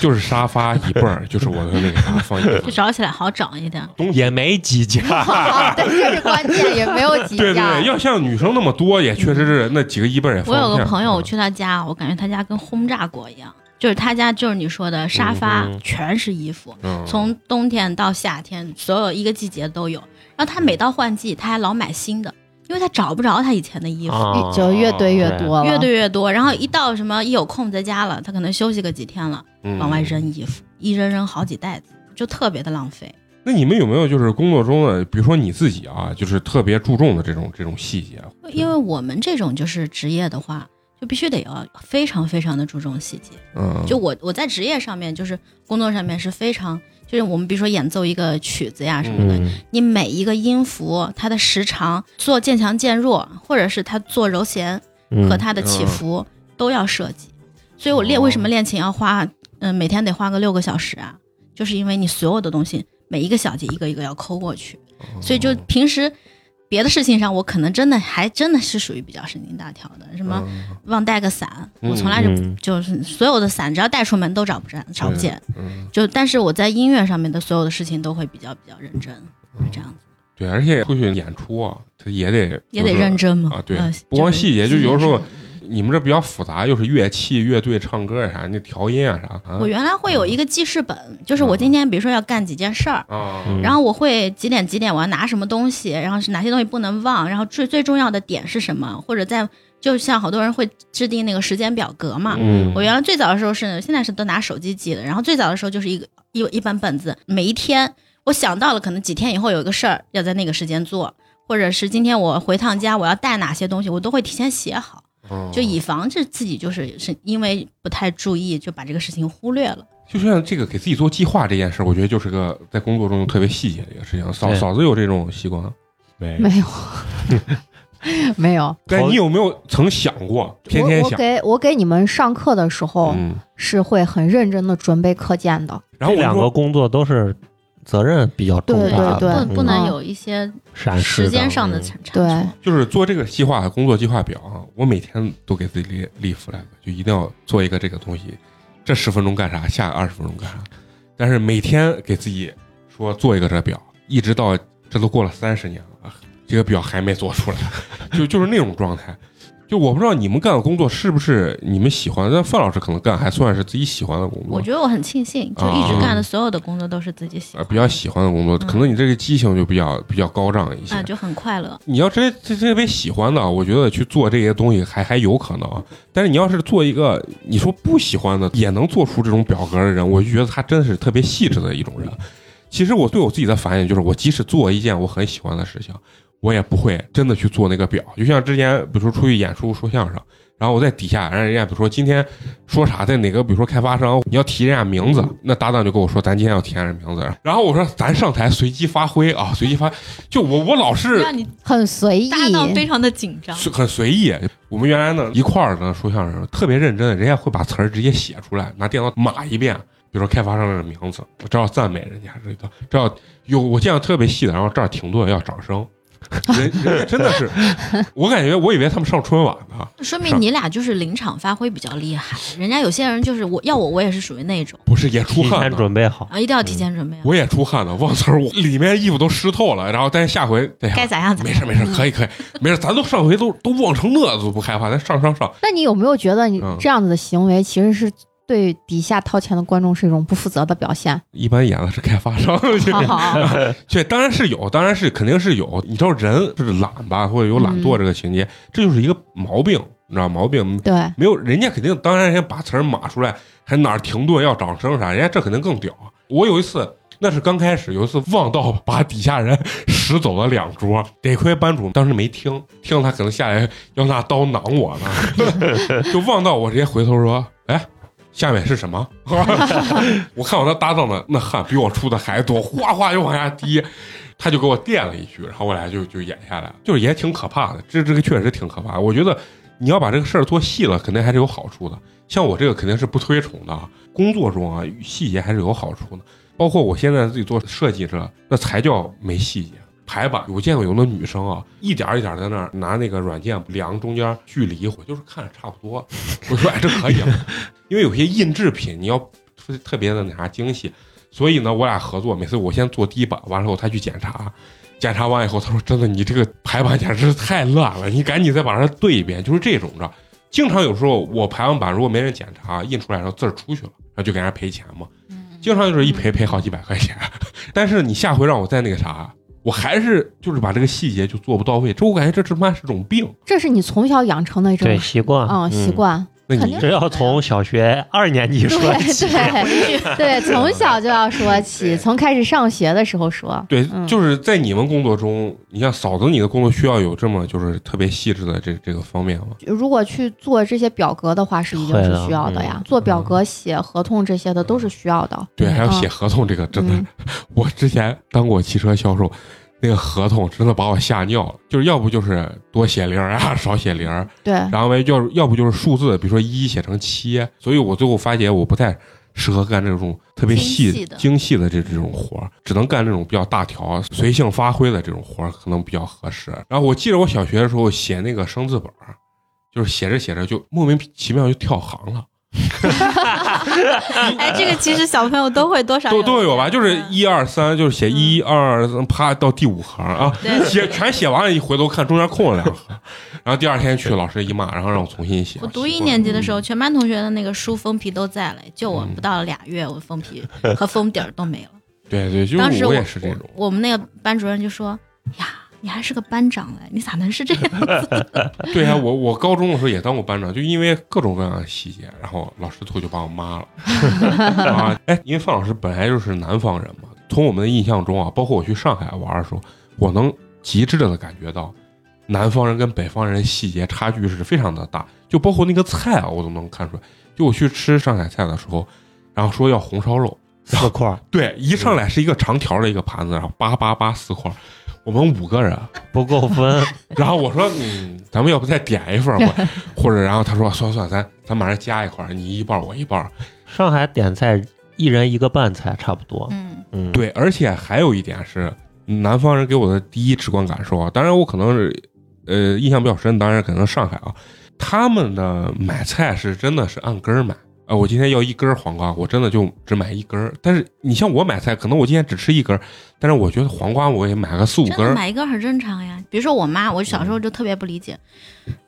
就是沙发椅背儿，就是我的那个啥放衣就服。找起来好找一点，东西也没几家，好，对，这是关键，也没有几对对家对，。要像女生那么多，也确实是那几个衣背儿也放我不下。有个朋嗯友，我去他家，我感觉他家跟轰炸过一样，就是他家就是你说的沙发嗯嗯全是衣服，嗯，从冬天到夏天，所有一个季节都有。然后他每到换季，他还老买新的，因为他找不着他以前的衣服。啊就越堆哦越多了，越堆越多，然后一到什么一有空在家了，他可能休息个几天了，嗯往外扔衣服，一扔扔好几袋子，就特别的浪费。那你们有没有就是工作中的，比如说你自己啊，就是特别注重的这种这种细节？因为我们这种就是职业的话，就必须得要非常非常的注重细节。嗯，就我我在职业上面，就是工作上面是非常，就是我们比如说演奏一个曲子呀什么的，嗯，你每一个音符它的时长，做渐强渐弱，或者是它做揉弦，嗯和它的起伏都要设计。所以我练哦为什么练琴要花，嗯、每天得花个六个小时啊，就是因为你所有的东西每一个小节一个一个要抠过去，所以哦就嗯平时。别的事情上，我可能真的还真的是属于比较神经大条的，什什么？忘带个伞，我从来就嗯就是所有的伞只要带出门都找不着，找不见。嗯，就但是我在音乐上面的所有的事情都会比较比较认真，嗯是这样子，对，而且出去演出啊，他也得也得认。真嘛。啊对呃不光细节就有时候，是你们这比较复杂，又是乐器、乐队、唱歌啥，你调音啊啥。啊我原来会有一个记事本，就是嗯我今天比如说要干几件事儿。啊，嗯然后我会几点几点我要拿什么东西，然后是哪些东西不能忘，然后最最重要的点是什么，或者在就像好多人会制定那个时间表格嘛，嗯我原来最早的时候是，现在是都拿手机记的。然后最早的时候就是一个一一本本子，每一天我想到了，可能几天以后有一个事儿要在那个时间做，或者是今天我回趟家我要带哪些东西，我都会提前写好，嗯就以防这自己就是是因为不太注意就把这个事情忽略了。就像这个给自己做计划这件事儿，我觉得就是个在工作中特别细节的一个事情。嫂对嫂子有这种习惯，没没有， 没有。但头你有没有曾想过，天天我我想？给我给你们上课的时候、嗯，是会很认真的准备课件的，然后这我两说个工作都是责任比较重大的，对不不嗯能嗯有一些闪失时间上的嗯产产对出。就是做这个计划、工作计划表啊，我每天都给自己立立 flag，就一定要做一个这个东西。这十分钟干啥？下个二十分钟干啥？但是每天给自己说做一个这表，一直到这都过了三十年了，啊这个表还没做出来，就就是那种状态。就我不知道你们干的工作是不是你们喜欢，但范老师可能干还算是自己喜欢的工作。我觉得我很庆幸，就一直干的所有的工作都是自己喜啊，欢比较喜欢的工作，嗯可能你这个激情就比较比较高涨一些。啊，就很快乐。你要真特特别喜欢的，我觉得去做这些东西还还有可能啊。但是你要是做一个你说不喜欢的，也能做出这种表格的人，我就觉得他真的是特别细致的一种人。其实我对我自己的反应就是，我即使做一件我很喜欢的事情，我也不会真的去做那个表。就像之前，比如说出去演出说相声，然后我在底下让人家，比如说今天说啥，在哪个，比如说开发商，你要提人家名字，那搭档就跟我说，咱今天要提人家名字。然后我说，咱上台随机发挥啊，随机发，就我我老是让你很随意。搭档非常的紧张，是很随意。我们原来呢一块儿呢说相声，特别认真，人家会把词儿直接写出来，拿电脑码一遍。比如说开发商的名字，我这要赞美人家，这个这要有我见到特别细的，然后这儿停顿要掌声，人人家真的是， 我感觉我以为他们上春晚呢，说是明你俩就是临场发挥比较厉害，人家有些人就是我要我我也是属于那种不是也出提汗前呢，准备好，啊，一定要提前准备好，我也出汗呢，忘词儿，我里面衣服都湿透了，然后但是下回哎呀该咋样咋没样。事没事，可以可以，没事，咱都上回都都忘成那都不害怕，咱上上上，那你有没有觉得你嗯这样子的行为其实是对底下掏钱的观众是一种不负责的表现？一般演的是开发商， 好好，这当然是有，当然是肯定是有。你知道人就是懒吧，或者有懒惰这个情节，这就是一个毛病，你知道毛病对，没有人家肯定，当然人家把词儿码出来，还哪儿停顿要掌声啥，人家这肯定更屌。我有一次。那是刚开始，有一次忘到把底下人 拾走了两桌，得亏班主当时没听，听了他可能下来要拿刀囊我呢， 就忘到我直接回头说：“哎，下面是什么？” 我看我那搭档的那汗比我出的还多，哗哗就往下滴，他就给我垫了一句，然后我俩就就演下来了，就是也挺可怕的，这这个确实挺可怕的。我觉得你要把这个事儿做细了，肯定还是有好处的。像我这个肯定是不推崇的，啊，工作中啊细节还是有好处的。包括我现在自己做设计这，那才叫没细节。排版，我见过有的女生啊，一点儿一点儿在那儿拿那个软件量中间距离，我就是看着差不多， 我说哎这可以啊，因为有些印制品你要特特别的那啥精细，所以呢我俩合作，每次我先做第一版，完了以后他去检查，检查完以后他说真的你这个排版简直是太烂了，你赶紧再把它对一遍，就是这种的。经常有时候我排完版如果没人检查，印出来的时候字儿出去了，然后就给人家赔钱嘛。经常就是一赔赔好几百块钱，但是你下回让我再那个啥，我还是就是把这个细节就做不到位，这我感觉这他妈是种病。这是你从小养成的一种对习惯，嗯习，惯。那你肯定这要从小学二年级对说起，对对，从小就要说起，从开始上学的时候说。对，嗯就是在你们工作中，你像嫂子，你的工作需要有这么就是特别细致的这这个方面吗？如果去做这些表格的话，是一定会是的需要的呀。嗯做表格、写合同这些的都是需要的。对，还有嗯 写合同这个，真的，嗯我之前当过汽车销售，那个合同真的把我吓尿了，就是要不就是多写零儿啊，少写零儿，对，然后要是要不就是数字，比如说一写成七，所以我最后发现我不太适合干这种特别细精细的精细的这这种活儿，只能干这种比较大条、随性发挥的这种活儿，可能比较合适。然后我记得我小学的时候写那个生字本儿，就是写着写着就莫名其妙就跳行了，哎，这个其实小朋友都会多少都都有吧？就是嗯一二三，就是写一二三，啪到第五行啊，对写全写完了，一回头看中间空了两行，然后第二天去老师一骂，然后让我重新写。我读奇一怪年级的时候，全班同学的那个书封皮都在了，就嗯我不到俩月，我封皮和封底儿 都没了。对对，就当是时也是这种。我们那个班主任就说：“呀，你还是个班长嘞，你咋能是这样对啊，我我高中的时候也当过班长，就因为各种各样的细节，然后老师头就把我骂了。啊，哎，因为范老师本来就是南方人嘛，从我们的印象中啊，包括我去上海玩的时候，我能极致的感觉到，南方人跟北方人细节差距是非常的大，就包括那个菜啊，我都能看出来。就我去吃上海菜的时候，然后说要红烧肉，四块儿对，一上来是一个长条的一个盘子，然后八八八四块儿，我们五个人。啊不够 分， 然后我说，嗯，咱们要不再点一份儿吧，或者然后他说，算算，咱咱马上加一块儿，你一半儿我一半儿。嗯上海点菜一人一个拌菜差不？”多。嗯，嗯，，对，而且还有一点是，南方人给我的第一直观感受啊，当然我可能是，呃，印象比较深，当然可能上海啊，他们的买菜是真的是按根儿买。啊，我今天要一根儿黄瓜，我真的就只买一根儿。但是你像我买菜，可能我今天只吃一根儿，但是我觉得黄瓜我也买个四五真根的儿。买一根很正常呀。比如说我妈，我小时候就特别不理解，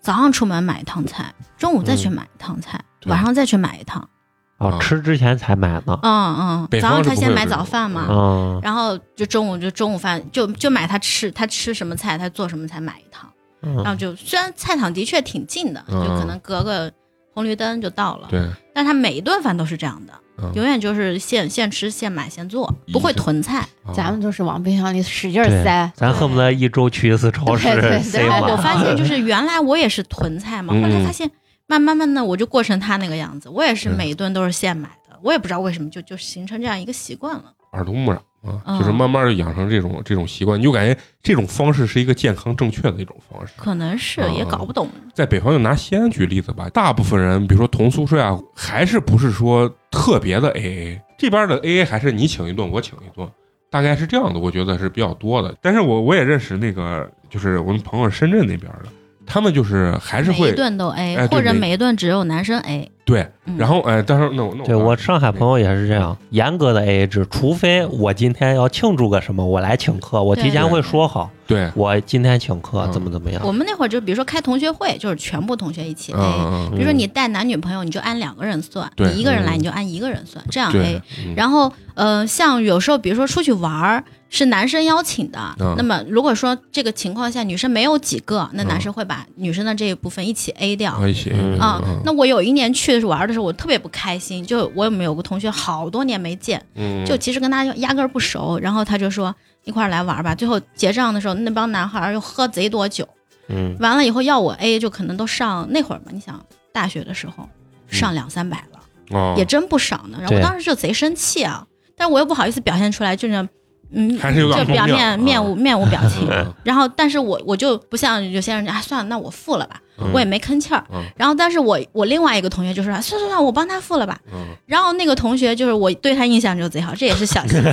早上出门买一趟菜，中午再去买一趟菜，嗯对晚上再去买一趟。嗯哦，吃之前才买呢。嗯北嗯，方早上是她不先会有买这种早饭嘛，嗯，然后就中午就中午饭就就买他吃他吃什么菜，他做什么菜买一趟，然后嗯就虽然菜场的确挺近的，就嗯可能隔个红绿灯就到了，对，但他每一顿饭都是这样的，嗯永远就是现现吃现买现做，不会囤菜。啊咱们就是往冰箱里使劲儿对塞，咱恨不得一周去一次超市对对对，塞哎然后哎我满。发 现就是原来我也是囤菜嘛，嗯后来发现慢慢慢的我就过成他那个样子，我也是嗯每一顿都是现买的，我也不知道为什么就就形成这样一个习惯了。耳濡目染啊，嗯就是慢慢的养成这种这种习惯，你就感觉这种方式是一个健康正确的一种方式。可能是嗯也搞不懂，在北方，就拿西安举例子吧，大部分人，比如说同宿税啊，还是不是说特别的 AA，这边的 AA 还是你请一顿我请一顿，大概是这样的，我觉得是比较多的。但是我我也认识那个，就是我们朋友深圳那边的，他们就是还是每一会顿都哎对 A，或者每每一顿只有男生 A。对，嗯然后哎，但是那我那对我上海朋友也是这样，严格的 AA 制，除非我今天要庆祝个什么，我来请客，我提前会说好，对，我今天请客嗯怎么怎么样我。们那会儿就比如说开同学会，就是全部同学一起 A。嗯嗯比如说你带男女朋友，你就按两个人算；对你一个人来，嗯你就按一个人算，这样哎嗯，对 A。，然后，呃，像有时候，比如说出去玩儿是男生邀请的，嗯那么如果说这个情况下女生没有几个，那嗯男生会把女生的这一部分一起 A 掉。后一起嗯啊、那我有一年去的时候玩儿的时候，我特别不开心，就我们有个同学好多年没见，嗯就其实跟他压根儿不熟，然后他就说一块儿来玩儿吧。最后结账的时候，那帮男孩儿又喝贼多酒，嗯，完了以后要我 A 就可能都上那会儿嘛，你想大学的时候上两三百了，哦也真不少呢。然后对我当时就贼生气啊，但我又不好意思表现出来，就是嗯，还是有点就不表妙啊面面无面无表 情。嗯然后，但是我我就不像有些人，哎，算了，那我付了吧，嗯我也没吭气儿。嗯然后，但是我我另外一个同学就说，啊算算算，我帮他付了吧。嗯然后那个同学就是我对他印象就贼好，这也是 小细节。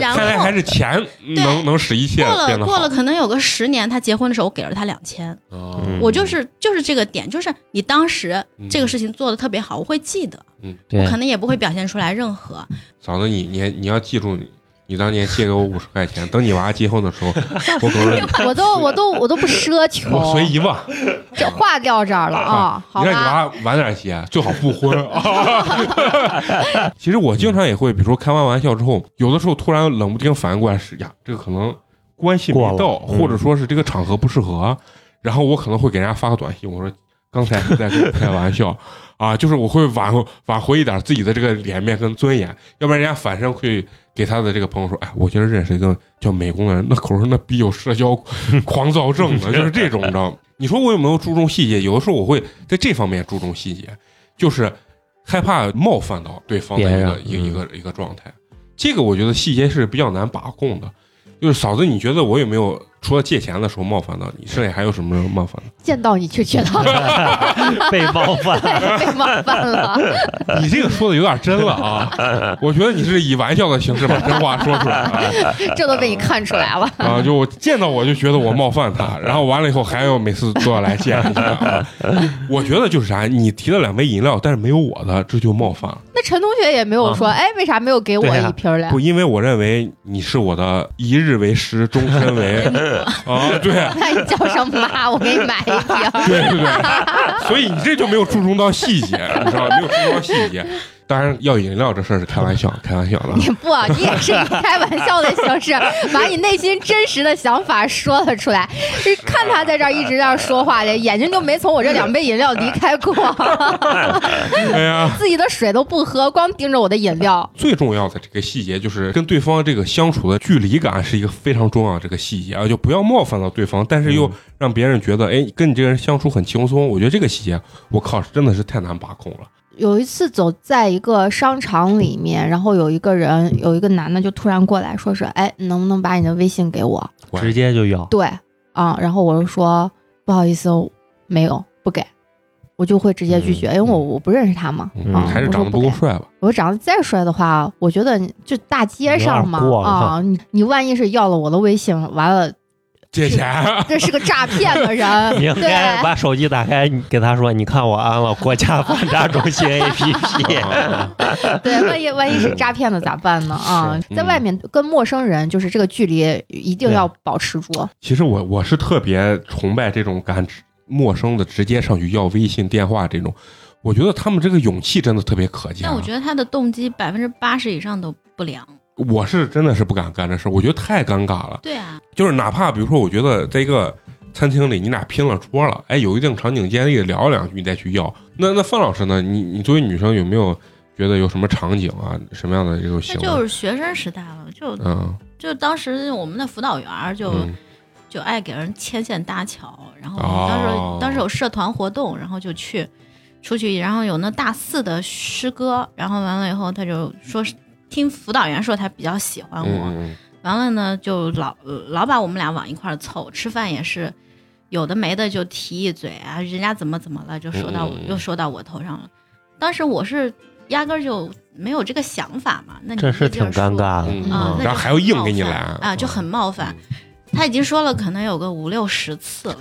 然后看来还是钱能能使一切过了变得好过了可能有个十年，他结婚的时候我给了他两千，哦嗯我就是就是这个点，就是你当时嗯这个事情做的特别好，我会记得，对，可能也不会表现出来任何。嫂子，你你你要记住，你当年借给我五十块钱，等你娃结婚的时候，我 可能我都我都我都不奢 求我，随一万，这话掉这儿了啊，好你让你吧，娃晚点结，最好不婚。 其实我经常也会，比如说开完玩笑之后，有的时候突然冷不丁反应过来是呀，这个可能关系没到，过了嗯或者说是这个场合不适合，然后我可能会给人家发个短信，我说刚才是在跟你开玩笑啊，就是我会挽挽回一点自己的这个脸面跟尊严，要不然人家反身会。给他的这个朋友说，哎，我觉得认识一个叫美工的人，那口上那逼有社交狂躁症的，就是这种，你知道吗？你说我有没有注重细节？有的时候我会在这方面注重细节，就是害怕冒犯到对方的一个别人嗯一个一个一个状态。这个我觉得细节是比较难把控的。就是嫂子，你觉得我有没有除了借钱的时候冒犯到你，剩下还有什么冒犯的？见到你就觉得被冒犯。被冒犯了。 你这个说的有点真了啊！我觉得你是以玩笑的形式把真话说出来啊！这都被你看出 来了。 啊，就我见到我就觉得我冒犯他，然后完了以后还要每次都要来见一下啊！我觉得就是啥，你提了两杯饮料，但是没有我的，这就冒犯了。那陈同学也没有说，哎，为啥没有给我嗯对呀一瓶儿嘞？ 不，因为我认为你是我的一日为师，终身为啊，对。那你哎叫声妈，我给你买一瓶 儿。对对对，所以你这就没有注重到细节，你知道吧没有注重到细节。当然，要饮料这事儿是开玩笑，开玩笑的。你不，你也是以开玩笑的形式把你内心真实的想法说了出来。就是看他在这儿一直在这儿说话的，眼睛就没从我这两杯饮料离开过， 哎呀，自己的水都不喝，光盯着我的饮料。最重要的这个细节就是跟对方这个相处的距离感是一个非常重要的这个细节啊，就不要冒犯到对方，但是又嗯让别人觉得，哎，跟你这个人相处很轻松。我觉得这个细节，我靠，真的是太难把控了。有一次走在一个商场里面，然后有一个人，有一个男的就突然过来说是，哎，能不能把你的微信给我？直接就要，对，啊、然后我就说不好意思，没有，不给，我就会直接拒绝，因为我我不认识他嘛，嗯，啊还是我说长得不给够帅哦吧？我长得再帅的话，我觉得你就大街上嘛有点过了，啊，你你万一是要了我的微信，完了借钱，这是个诈骗 的人你应对该把手机打开，你给他说：“你看我安了国家反诈中心 哦 APP。啊 对，万一万一是诈骗的咋办呢？啊，是嗯在外面跟陌生人就是这个距离一定对要保持住。 其实我我是特别崇拜这种敢直陌生的直接上去要微信电话这种，我觉得他们这个勇气真的特别可嘉。但我觉得他的动机百分之八十以上都不良。我是真的是不敢干这事儿，我觉得太尴尬了。对啊，就是哪怕比如说，我觉得在一个餐厅里你俩拼了桌了，哎，有一定场景建立聊两句，你再去要。那那范老师呢？你你作为女生有没有觉得有什么场景啊，什么样的这种那行为？就是学生时代了，就嗯就当时我们的辅导员儿就、嗯就爱给人牵线搭桥，然后哦当时、当时有社团活动，然后就去出去，然后有那大四的师哥，然后完了以后他就说是听辅导员说他比较喜欢嗯我，嗯完了呢就老呃老把我们俩往一块儿凑，吃饭也是有的没的就提一嘴啊，人家怎么怎么了，就说到我、嗯嗯嗯又说到我头上了。当时我是压根儿就没有这个想法嘛，那”你这是一劲挺儿尴嗯说尬的，啊嗯，那然后就还要硬很给你冒来犯啊，就很冒犯。嗯他已经说了，可能有个五六十次了，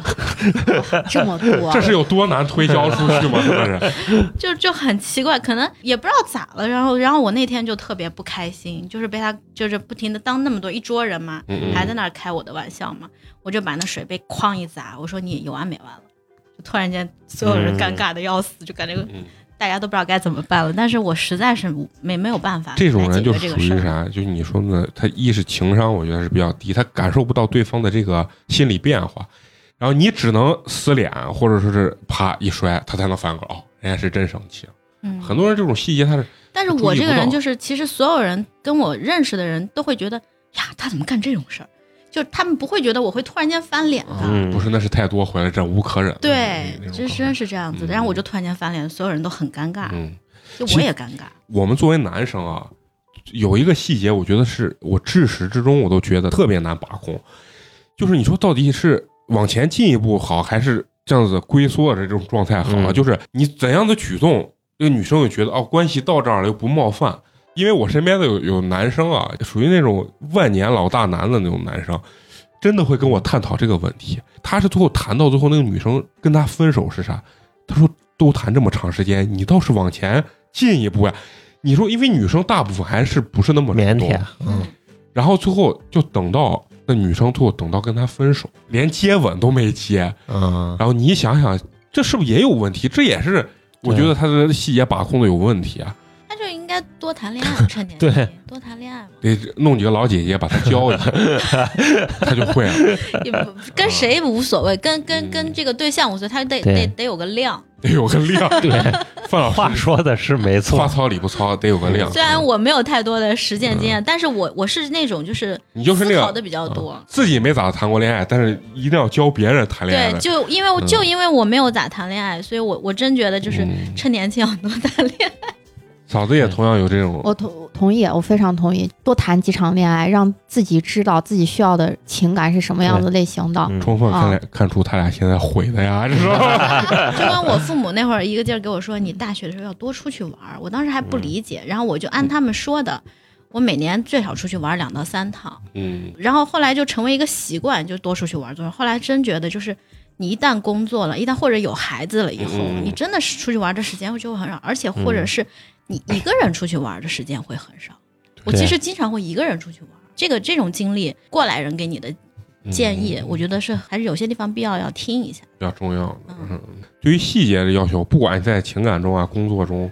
这么多，这是有多难推销出去 吗？这是。就就很奇怪，可能也不知道咋了。然后，然后我那天就特别不开心，就是被他就是不停的当那么多一桌人嘛，嗯嗯还在那儿开我的玩笑嘛，我就把那水杯哐一砸，我说你有完没完了？就突然间所有人尴尬的要死，就感觉嗯大家都不知道该怎么办了。但是我实在是没没有办法来解这种决这人就个属于事儿啥？就你说的，他一是情商，我觉得是比较低，他感受不到对方的这个心理变化，然后你只能撕脸，或者说是啪一摔，他才能反过来。哦，人家是真生气了。嗯，很多人这种细节他是但是注我意这不个人到就是，其实所有人跟我认识的人都会觉得，呀，他怎么干这种事儿？就是他们不会觉得我会突然间翻脸的。嗯不是那是太多回来忍无可忍了。对嗯那，种这可真能是这样子的。嗯然后我就突然间翻脸，所有人都很尴尬，嗯，就其我也尴尬。我们作为男生啊，有一个细节，我觉得是我至始至终我都觉得特别难把控，就是你说到底是往前进一步好，还是这样子龟缩的这种状态好啊？嗯就是你怎样的举动，这个女生就觉得哦，关系到这儿了又不冒犯。因为我身边的有有男生啊，属于那种万年老大难的那种男生，真的会跟我探讨这个问题。他是最后谈到最后，那个女生跟他分手是啥？他说都谈这么长时间，你倒是往前进一步呀、你说，因为女生大部分还是不是那么主腼动腆。嗯，然后最后就等到那女生最后等到跟他分手，连接吻都没接。嗯，然后你想想，这是不是也有问题？这也是我觉得他的细节把控的有问题啊，他就应该多谈恋爱，趁年轻对多谈恋爱嘛，得弄几个老姐姐把他教 一下，他就会了，也不跟谁无 所谓，跟跟嗯跟这个对象无所谓，他得对得得有个量。得有个量。对，范老师话说的是没话错，糙理不糙，得有个量。虽然我没有太多的实践经验，嗯但是我我是那种就是你就是那思考的个比较多。自己没咋谈过恋爱，但是一定要教别人谈恋爱对，的，就因为我、嗯就因为我没有咋谈恋爱，所以我我真觉得就是嗯趁年轻要多谈恋爱。嫂子也同样有这嗯种，我同同意，我非常同意，多谈几场恋爱，让自己知道自己需要的情感是什么样的类型的。嗯充分看来哦看出他俩现在毁的呀，知道吧？ 就跟我父母那会儿一个劲儿给我说，你大学的时候要多出去玩儿。我当时还不理嗯解，然后我就按他们说的，我每年最少出去玩儿两到三趟。嗯，然后后来就成为一个习惯，就多出去玩儿多少。后来真觉得就是。你一旦工作了，一旦或者有孩子了以后，嗯你真的是出去玩儿的时间会就会很少，而且或者嗯是你一个人出去玩儿的时间会很少。我对其实经常会一个人出去玩儿，这个这种经历，过来人给你的建议，我觉得是还是有些地方必要要听一下。嗯比较重要的。嗯嗯，对于细节的要求，不管你在情感中啊、工作中，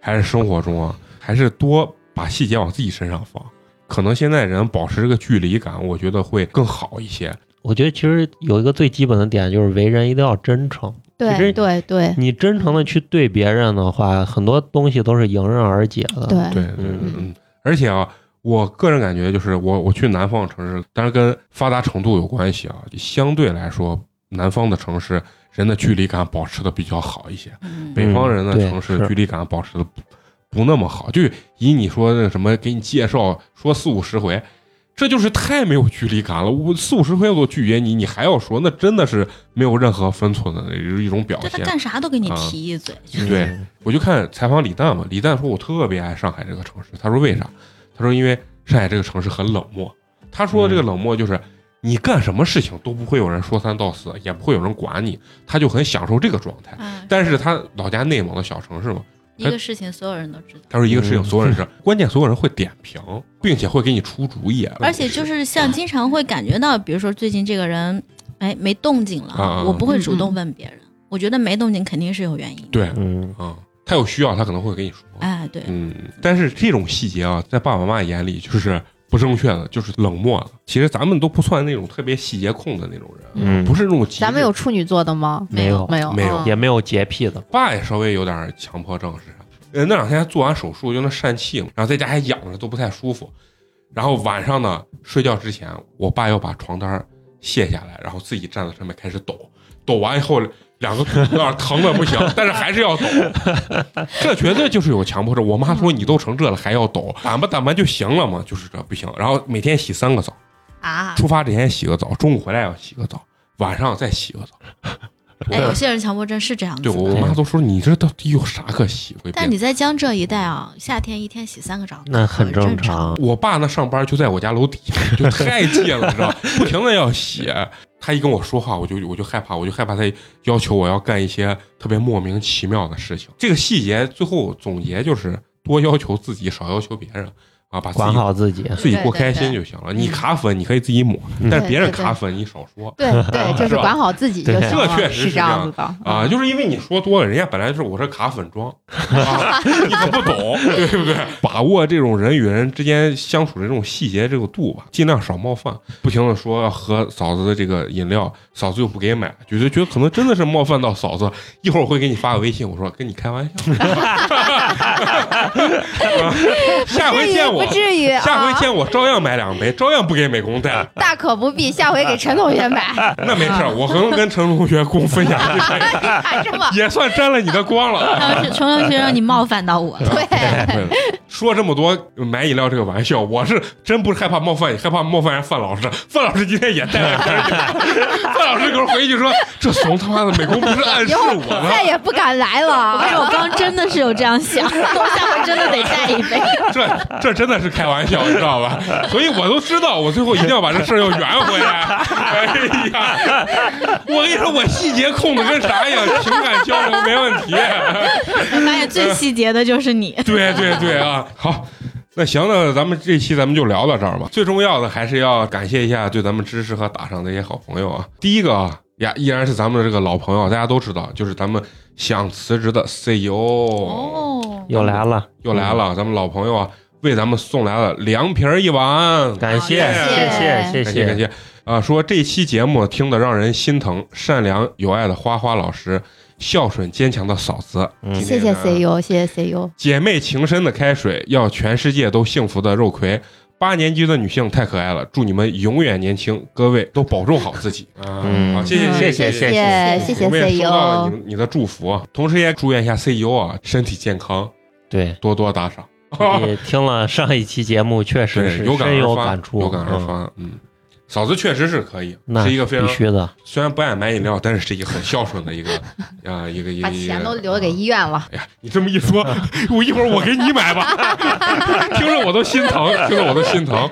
还是生活中啊，还是多把细节往自己身上放。可能现在人保持这个距离感，我觉得会更好一些。我觉得其实有一个最基本的点就是为人一定要真诚。其对实对嗯对你真诚的去对别人的话，很多东西都是迎刃而解的。，对对，对嗯嗯，而且啊，我个人感觉就是我我去南方城市，当然跟发达程度有关系啊，相对来说，南方的城市人的距离感保持的比较好一些，嗯，北方人的嗯对城市是距离感保持的不不那么好。就以你说那什么给你介绍说四五十回。这就是太没有距离感了，我四五十回我都拒绝你，你还要说，那真的是没有任何分寸的一种表对他现。干啥都给你啊提一嘴，对，我就看采访李诞嘛，李诞说我特别爱上海这个城市，他说为啥？嗯他说因为上海这个城市很冷漠。他说这个嗯冷漠就是你干什么事情都不会有人说三道四，也不会有人管你，他就很享受这个状态。嗯，但呃是他老家内蒙的小城市嘛，一个事情所有人都知道。他说一个事情嗯所有人知道，关键所有人会点评，并且会给你出主意。啊而且就是像经常会感觉到，比如说最近这个人，哎，没动静了，啊我不会主动问别人。我觉得没动静肯定是有原因的。，对啊、嗯，他有需要他可能会给你说。哎，对，嗯，但是这种细节啊，在爸爸妈妈眼里就是不正确的，就是冷漠的。其实咱们都不算那种特别细节控的那种人，嗯不是那种极致咱们有处女座的吗？没有没有没有嗯也没有洁癖的。爸也稍微有点强迫症是啥？呃，那两天做完手术就那疝气嘛，然后在家还养着，都不太舒服。然后晚上呢，睡觉之前，我爸要把床单儿卸下来，然后自己站在上面开始抖，抖完以后两个腿有点疼的不行，但是还是要抖。这绝对就是有强迫症。我妈说你都成这了还要抖，掸吧掸吧就行了嘛，就是这不行。然后每天洗三个澡， 啊，出发之前洗个澡，中午回来要洗个澡，晚上再洗个澡。哎， 有些人强迫症是这样子对我的。妈都说你这到底有啥可洗会变但你在江浙一带啊，夏天一天洗三个澡，那很正正常。我爸那上班就在我家楼底下，就太近了，你知道，不停的要洗。他一跟我说话，我就我就害怕，我就害怕他要求我要干一些特别莫名其妙的事情。这个细节最后总结就是多要求自己，少要求别人啊，把自管己好自己，自己过开心就行了。你卡粉你可以自己抹，嗯但是别人嗯对对对卡粉你少说。对 对，就是是吧管好自己就对行了，这确实是是这样样子的嗯啊，就是因为你说多了，人家本来是我是卡粉妆， 啊、你可不懂， 对不对？把握这种人与人之间相处的这种细节这个度吧，尽量少冒犯。不停的说要喝嫂子的这个饮料，嫂子又不给买，觉得觉得可能真的是冒犯到嫂子。一会儿我会给你发个微信，我说跟你开玩笑， 下回见我不。至于，下回啊见我照样买两杯，照样不给美工带。大可不必，下回给陈同 学买，那没事儿，我可能跟陈同学共分享一下，还这么也算沾了你的光了。当时陈同学让你冒犯到我 了，对。对，哎说这么多买饮料这个玩笑，我是真不是害怕冒犯你，害怕冒犯人范老师。范老师今天也带了根儿， 范老师给我回去说，这怂他妈的美工不是暗以示后我呢 再，也不敢来了我跟啊。你说，我刚真的是有这样想， 我下回真的得带一杯。这这真的是开玩笑，你知道吧？所以我都知道，我最后一定要把这事儿要圆回来。哎呀，我跟你说，我细节控的跟啥一样，情感交流没问题。我发现最细节的就是你。对对对啊，好。那行，那咱们这期咱们就聊到这儿吧。最重要的还是要感谢一下对咱们支持和打赏的一些好朋友啊。第一个啊，呀，依然是咱们的这个老朋友，大家都知道，就是咱们想辞职的 CEO、哦，又来了，又来了，咱们老朋友啊，为咱们送来了凉皮儿一碗，感谢，谢谢谢，感谢感谢。谢啊、说这期节目听得让人心疼，善良有爱的花花老师，孝顺坚强的嫂子，嗯今谢天谢 E 呢 CEO，谢谢 CEO，姐妹情深的开水，要全世界都幸福的肉葵。八年级的女性太可爱了，祝你们永远年轻，各位都保重好自己啊！嗯好，谢谢嗯谢谢谢谢谢谢 E 我们也收到 E CEO 了。你你的祝福啊，同时也祝愿一下 CEO 啊身体健康，对，多多打赏。也听了上一期节目，确实是哦 对，有感深而有发，感触，有感而嗯发。嗯，嫂子确实是可以，那是一个非常必须的，虽然不爱买饮料，但是是一个很孝顺的一 个啊，一个一个。把一个钱都留给医院了。哎呀，你这么一说， 我一会儿我给你买吧， 听着我都心疼，听着我都心疼。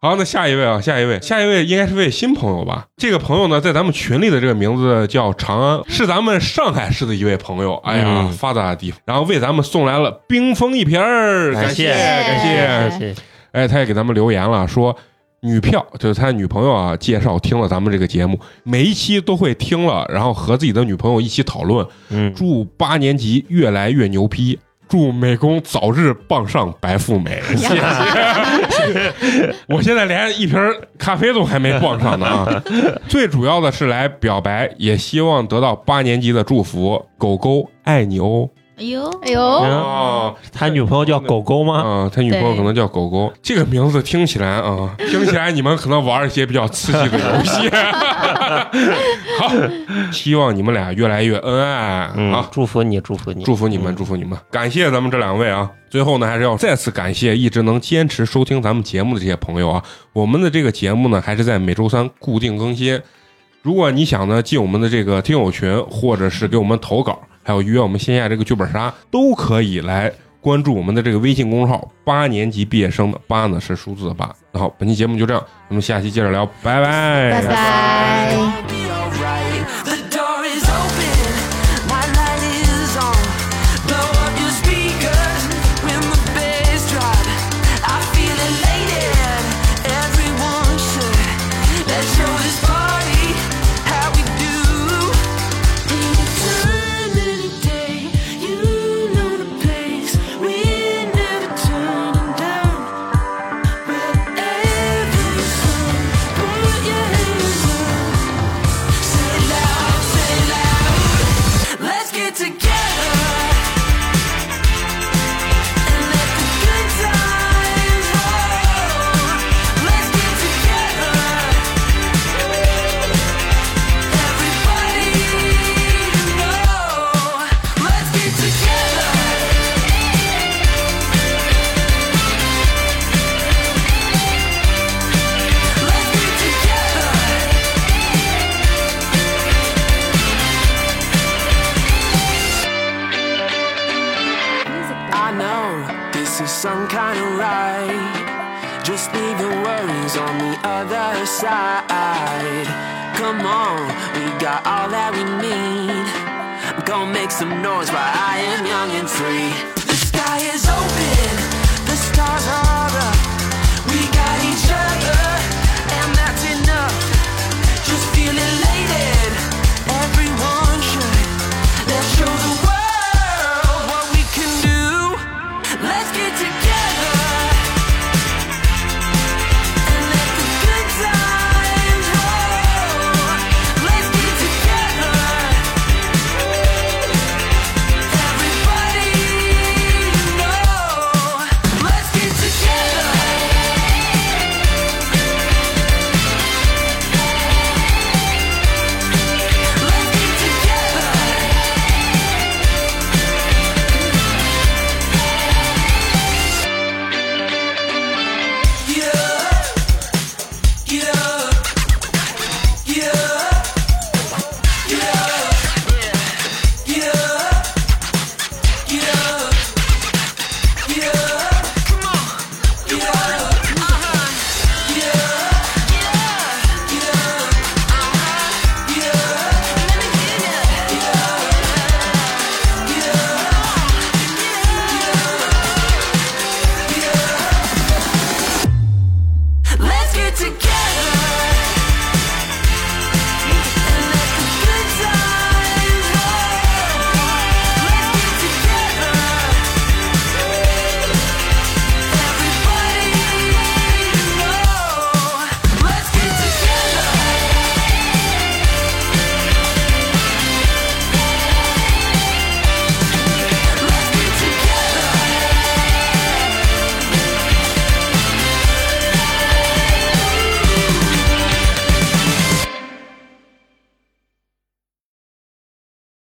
好，那下一位啊，下一位，下一位应该是位新朋友吧？这个朋友呢，在咱们群里的这个名字叫长安，是咱们上海市的一位朋友。哎呀，嗯发达的地方，然后为咱们送来了冰封一瓶儿，感感谢感谢哎谢谢。哎，他也给咱们留言了，说女票就是他女朋友啊，介绍听了咱们这个节目，每一期都会听了，然后和自己的女朋友一起讨论。嗯，祝八年级越来越牛批，祝美工早日傍上白富美。谢谢，我现在连一瓶咖啡都还没傍上呢啊！最主要的是来表白，也希望得到八年级的祝福。狗狗爱你哦。哎呦，哎呦，哦，他女朋友叫狗狗吗？啊，他女朋友可能叫狗狗，这个名字听起来啊，听起来你们可能玩一些比较刺激的游戏。 好，希望你们俩越来越恩爱、嗯啊，！祝福你，祝福你，祝福你们，嗯祝福你们！感谢咱们这两位啊！最后呢，还是要再次感谢一直能坚持收听咱们节目的这些朋友啊！我们的这个节目呢，还是在每周三固定更新。如果你想呢进我们的这个听友群，或者是给我们投稿，还有约我们线下这个剧本杀，都可以来关注我们的这个微信公众号“八年级毕业生”的八呢是数字的八。那好，本期节目就这样，我们下期接着聊，拜拜，拜拜。 be alright. The door is open, my light is on. Blow up your speakers when the bass drop. I feel elated, everyone should. Let's show this party how we do. In the time of the day, you know the place. We're never turning down. Wherever you go, put your hands up. Say it loud, say it loud. Let's get together and let the good times roll. Let's get together, everybody know. Let's get together. Let's get together. I know this is some kind of ride. Just leaving worries on the other side. Come on, we got all that we need. I'm gonna make some noise while I am young and free. The sky is open, the stars are up. We got each other, and that's enough. Just feel elated. Everyone should. Let's show the world what we can do. Let's get together and let the good times roll. Let's get together. Everybody know. Let's get together. Let's get together. Yeah, yeah, yeah, yeah, yeah, yeah, yeah. Come on, yeah, uh-huh, yeah, yeah, yeah. Let's get together.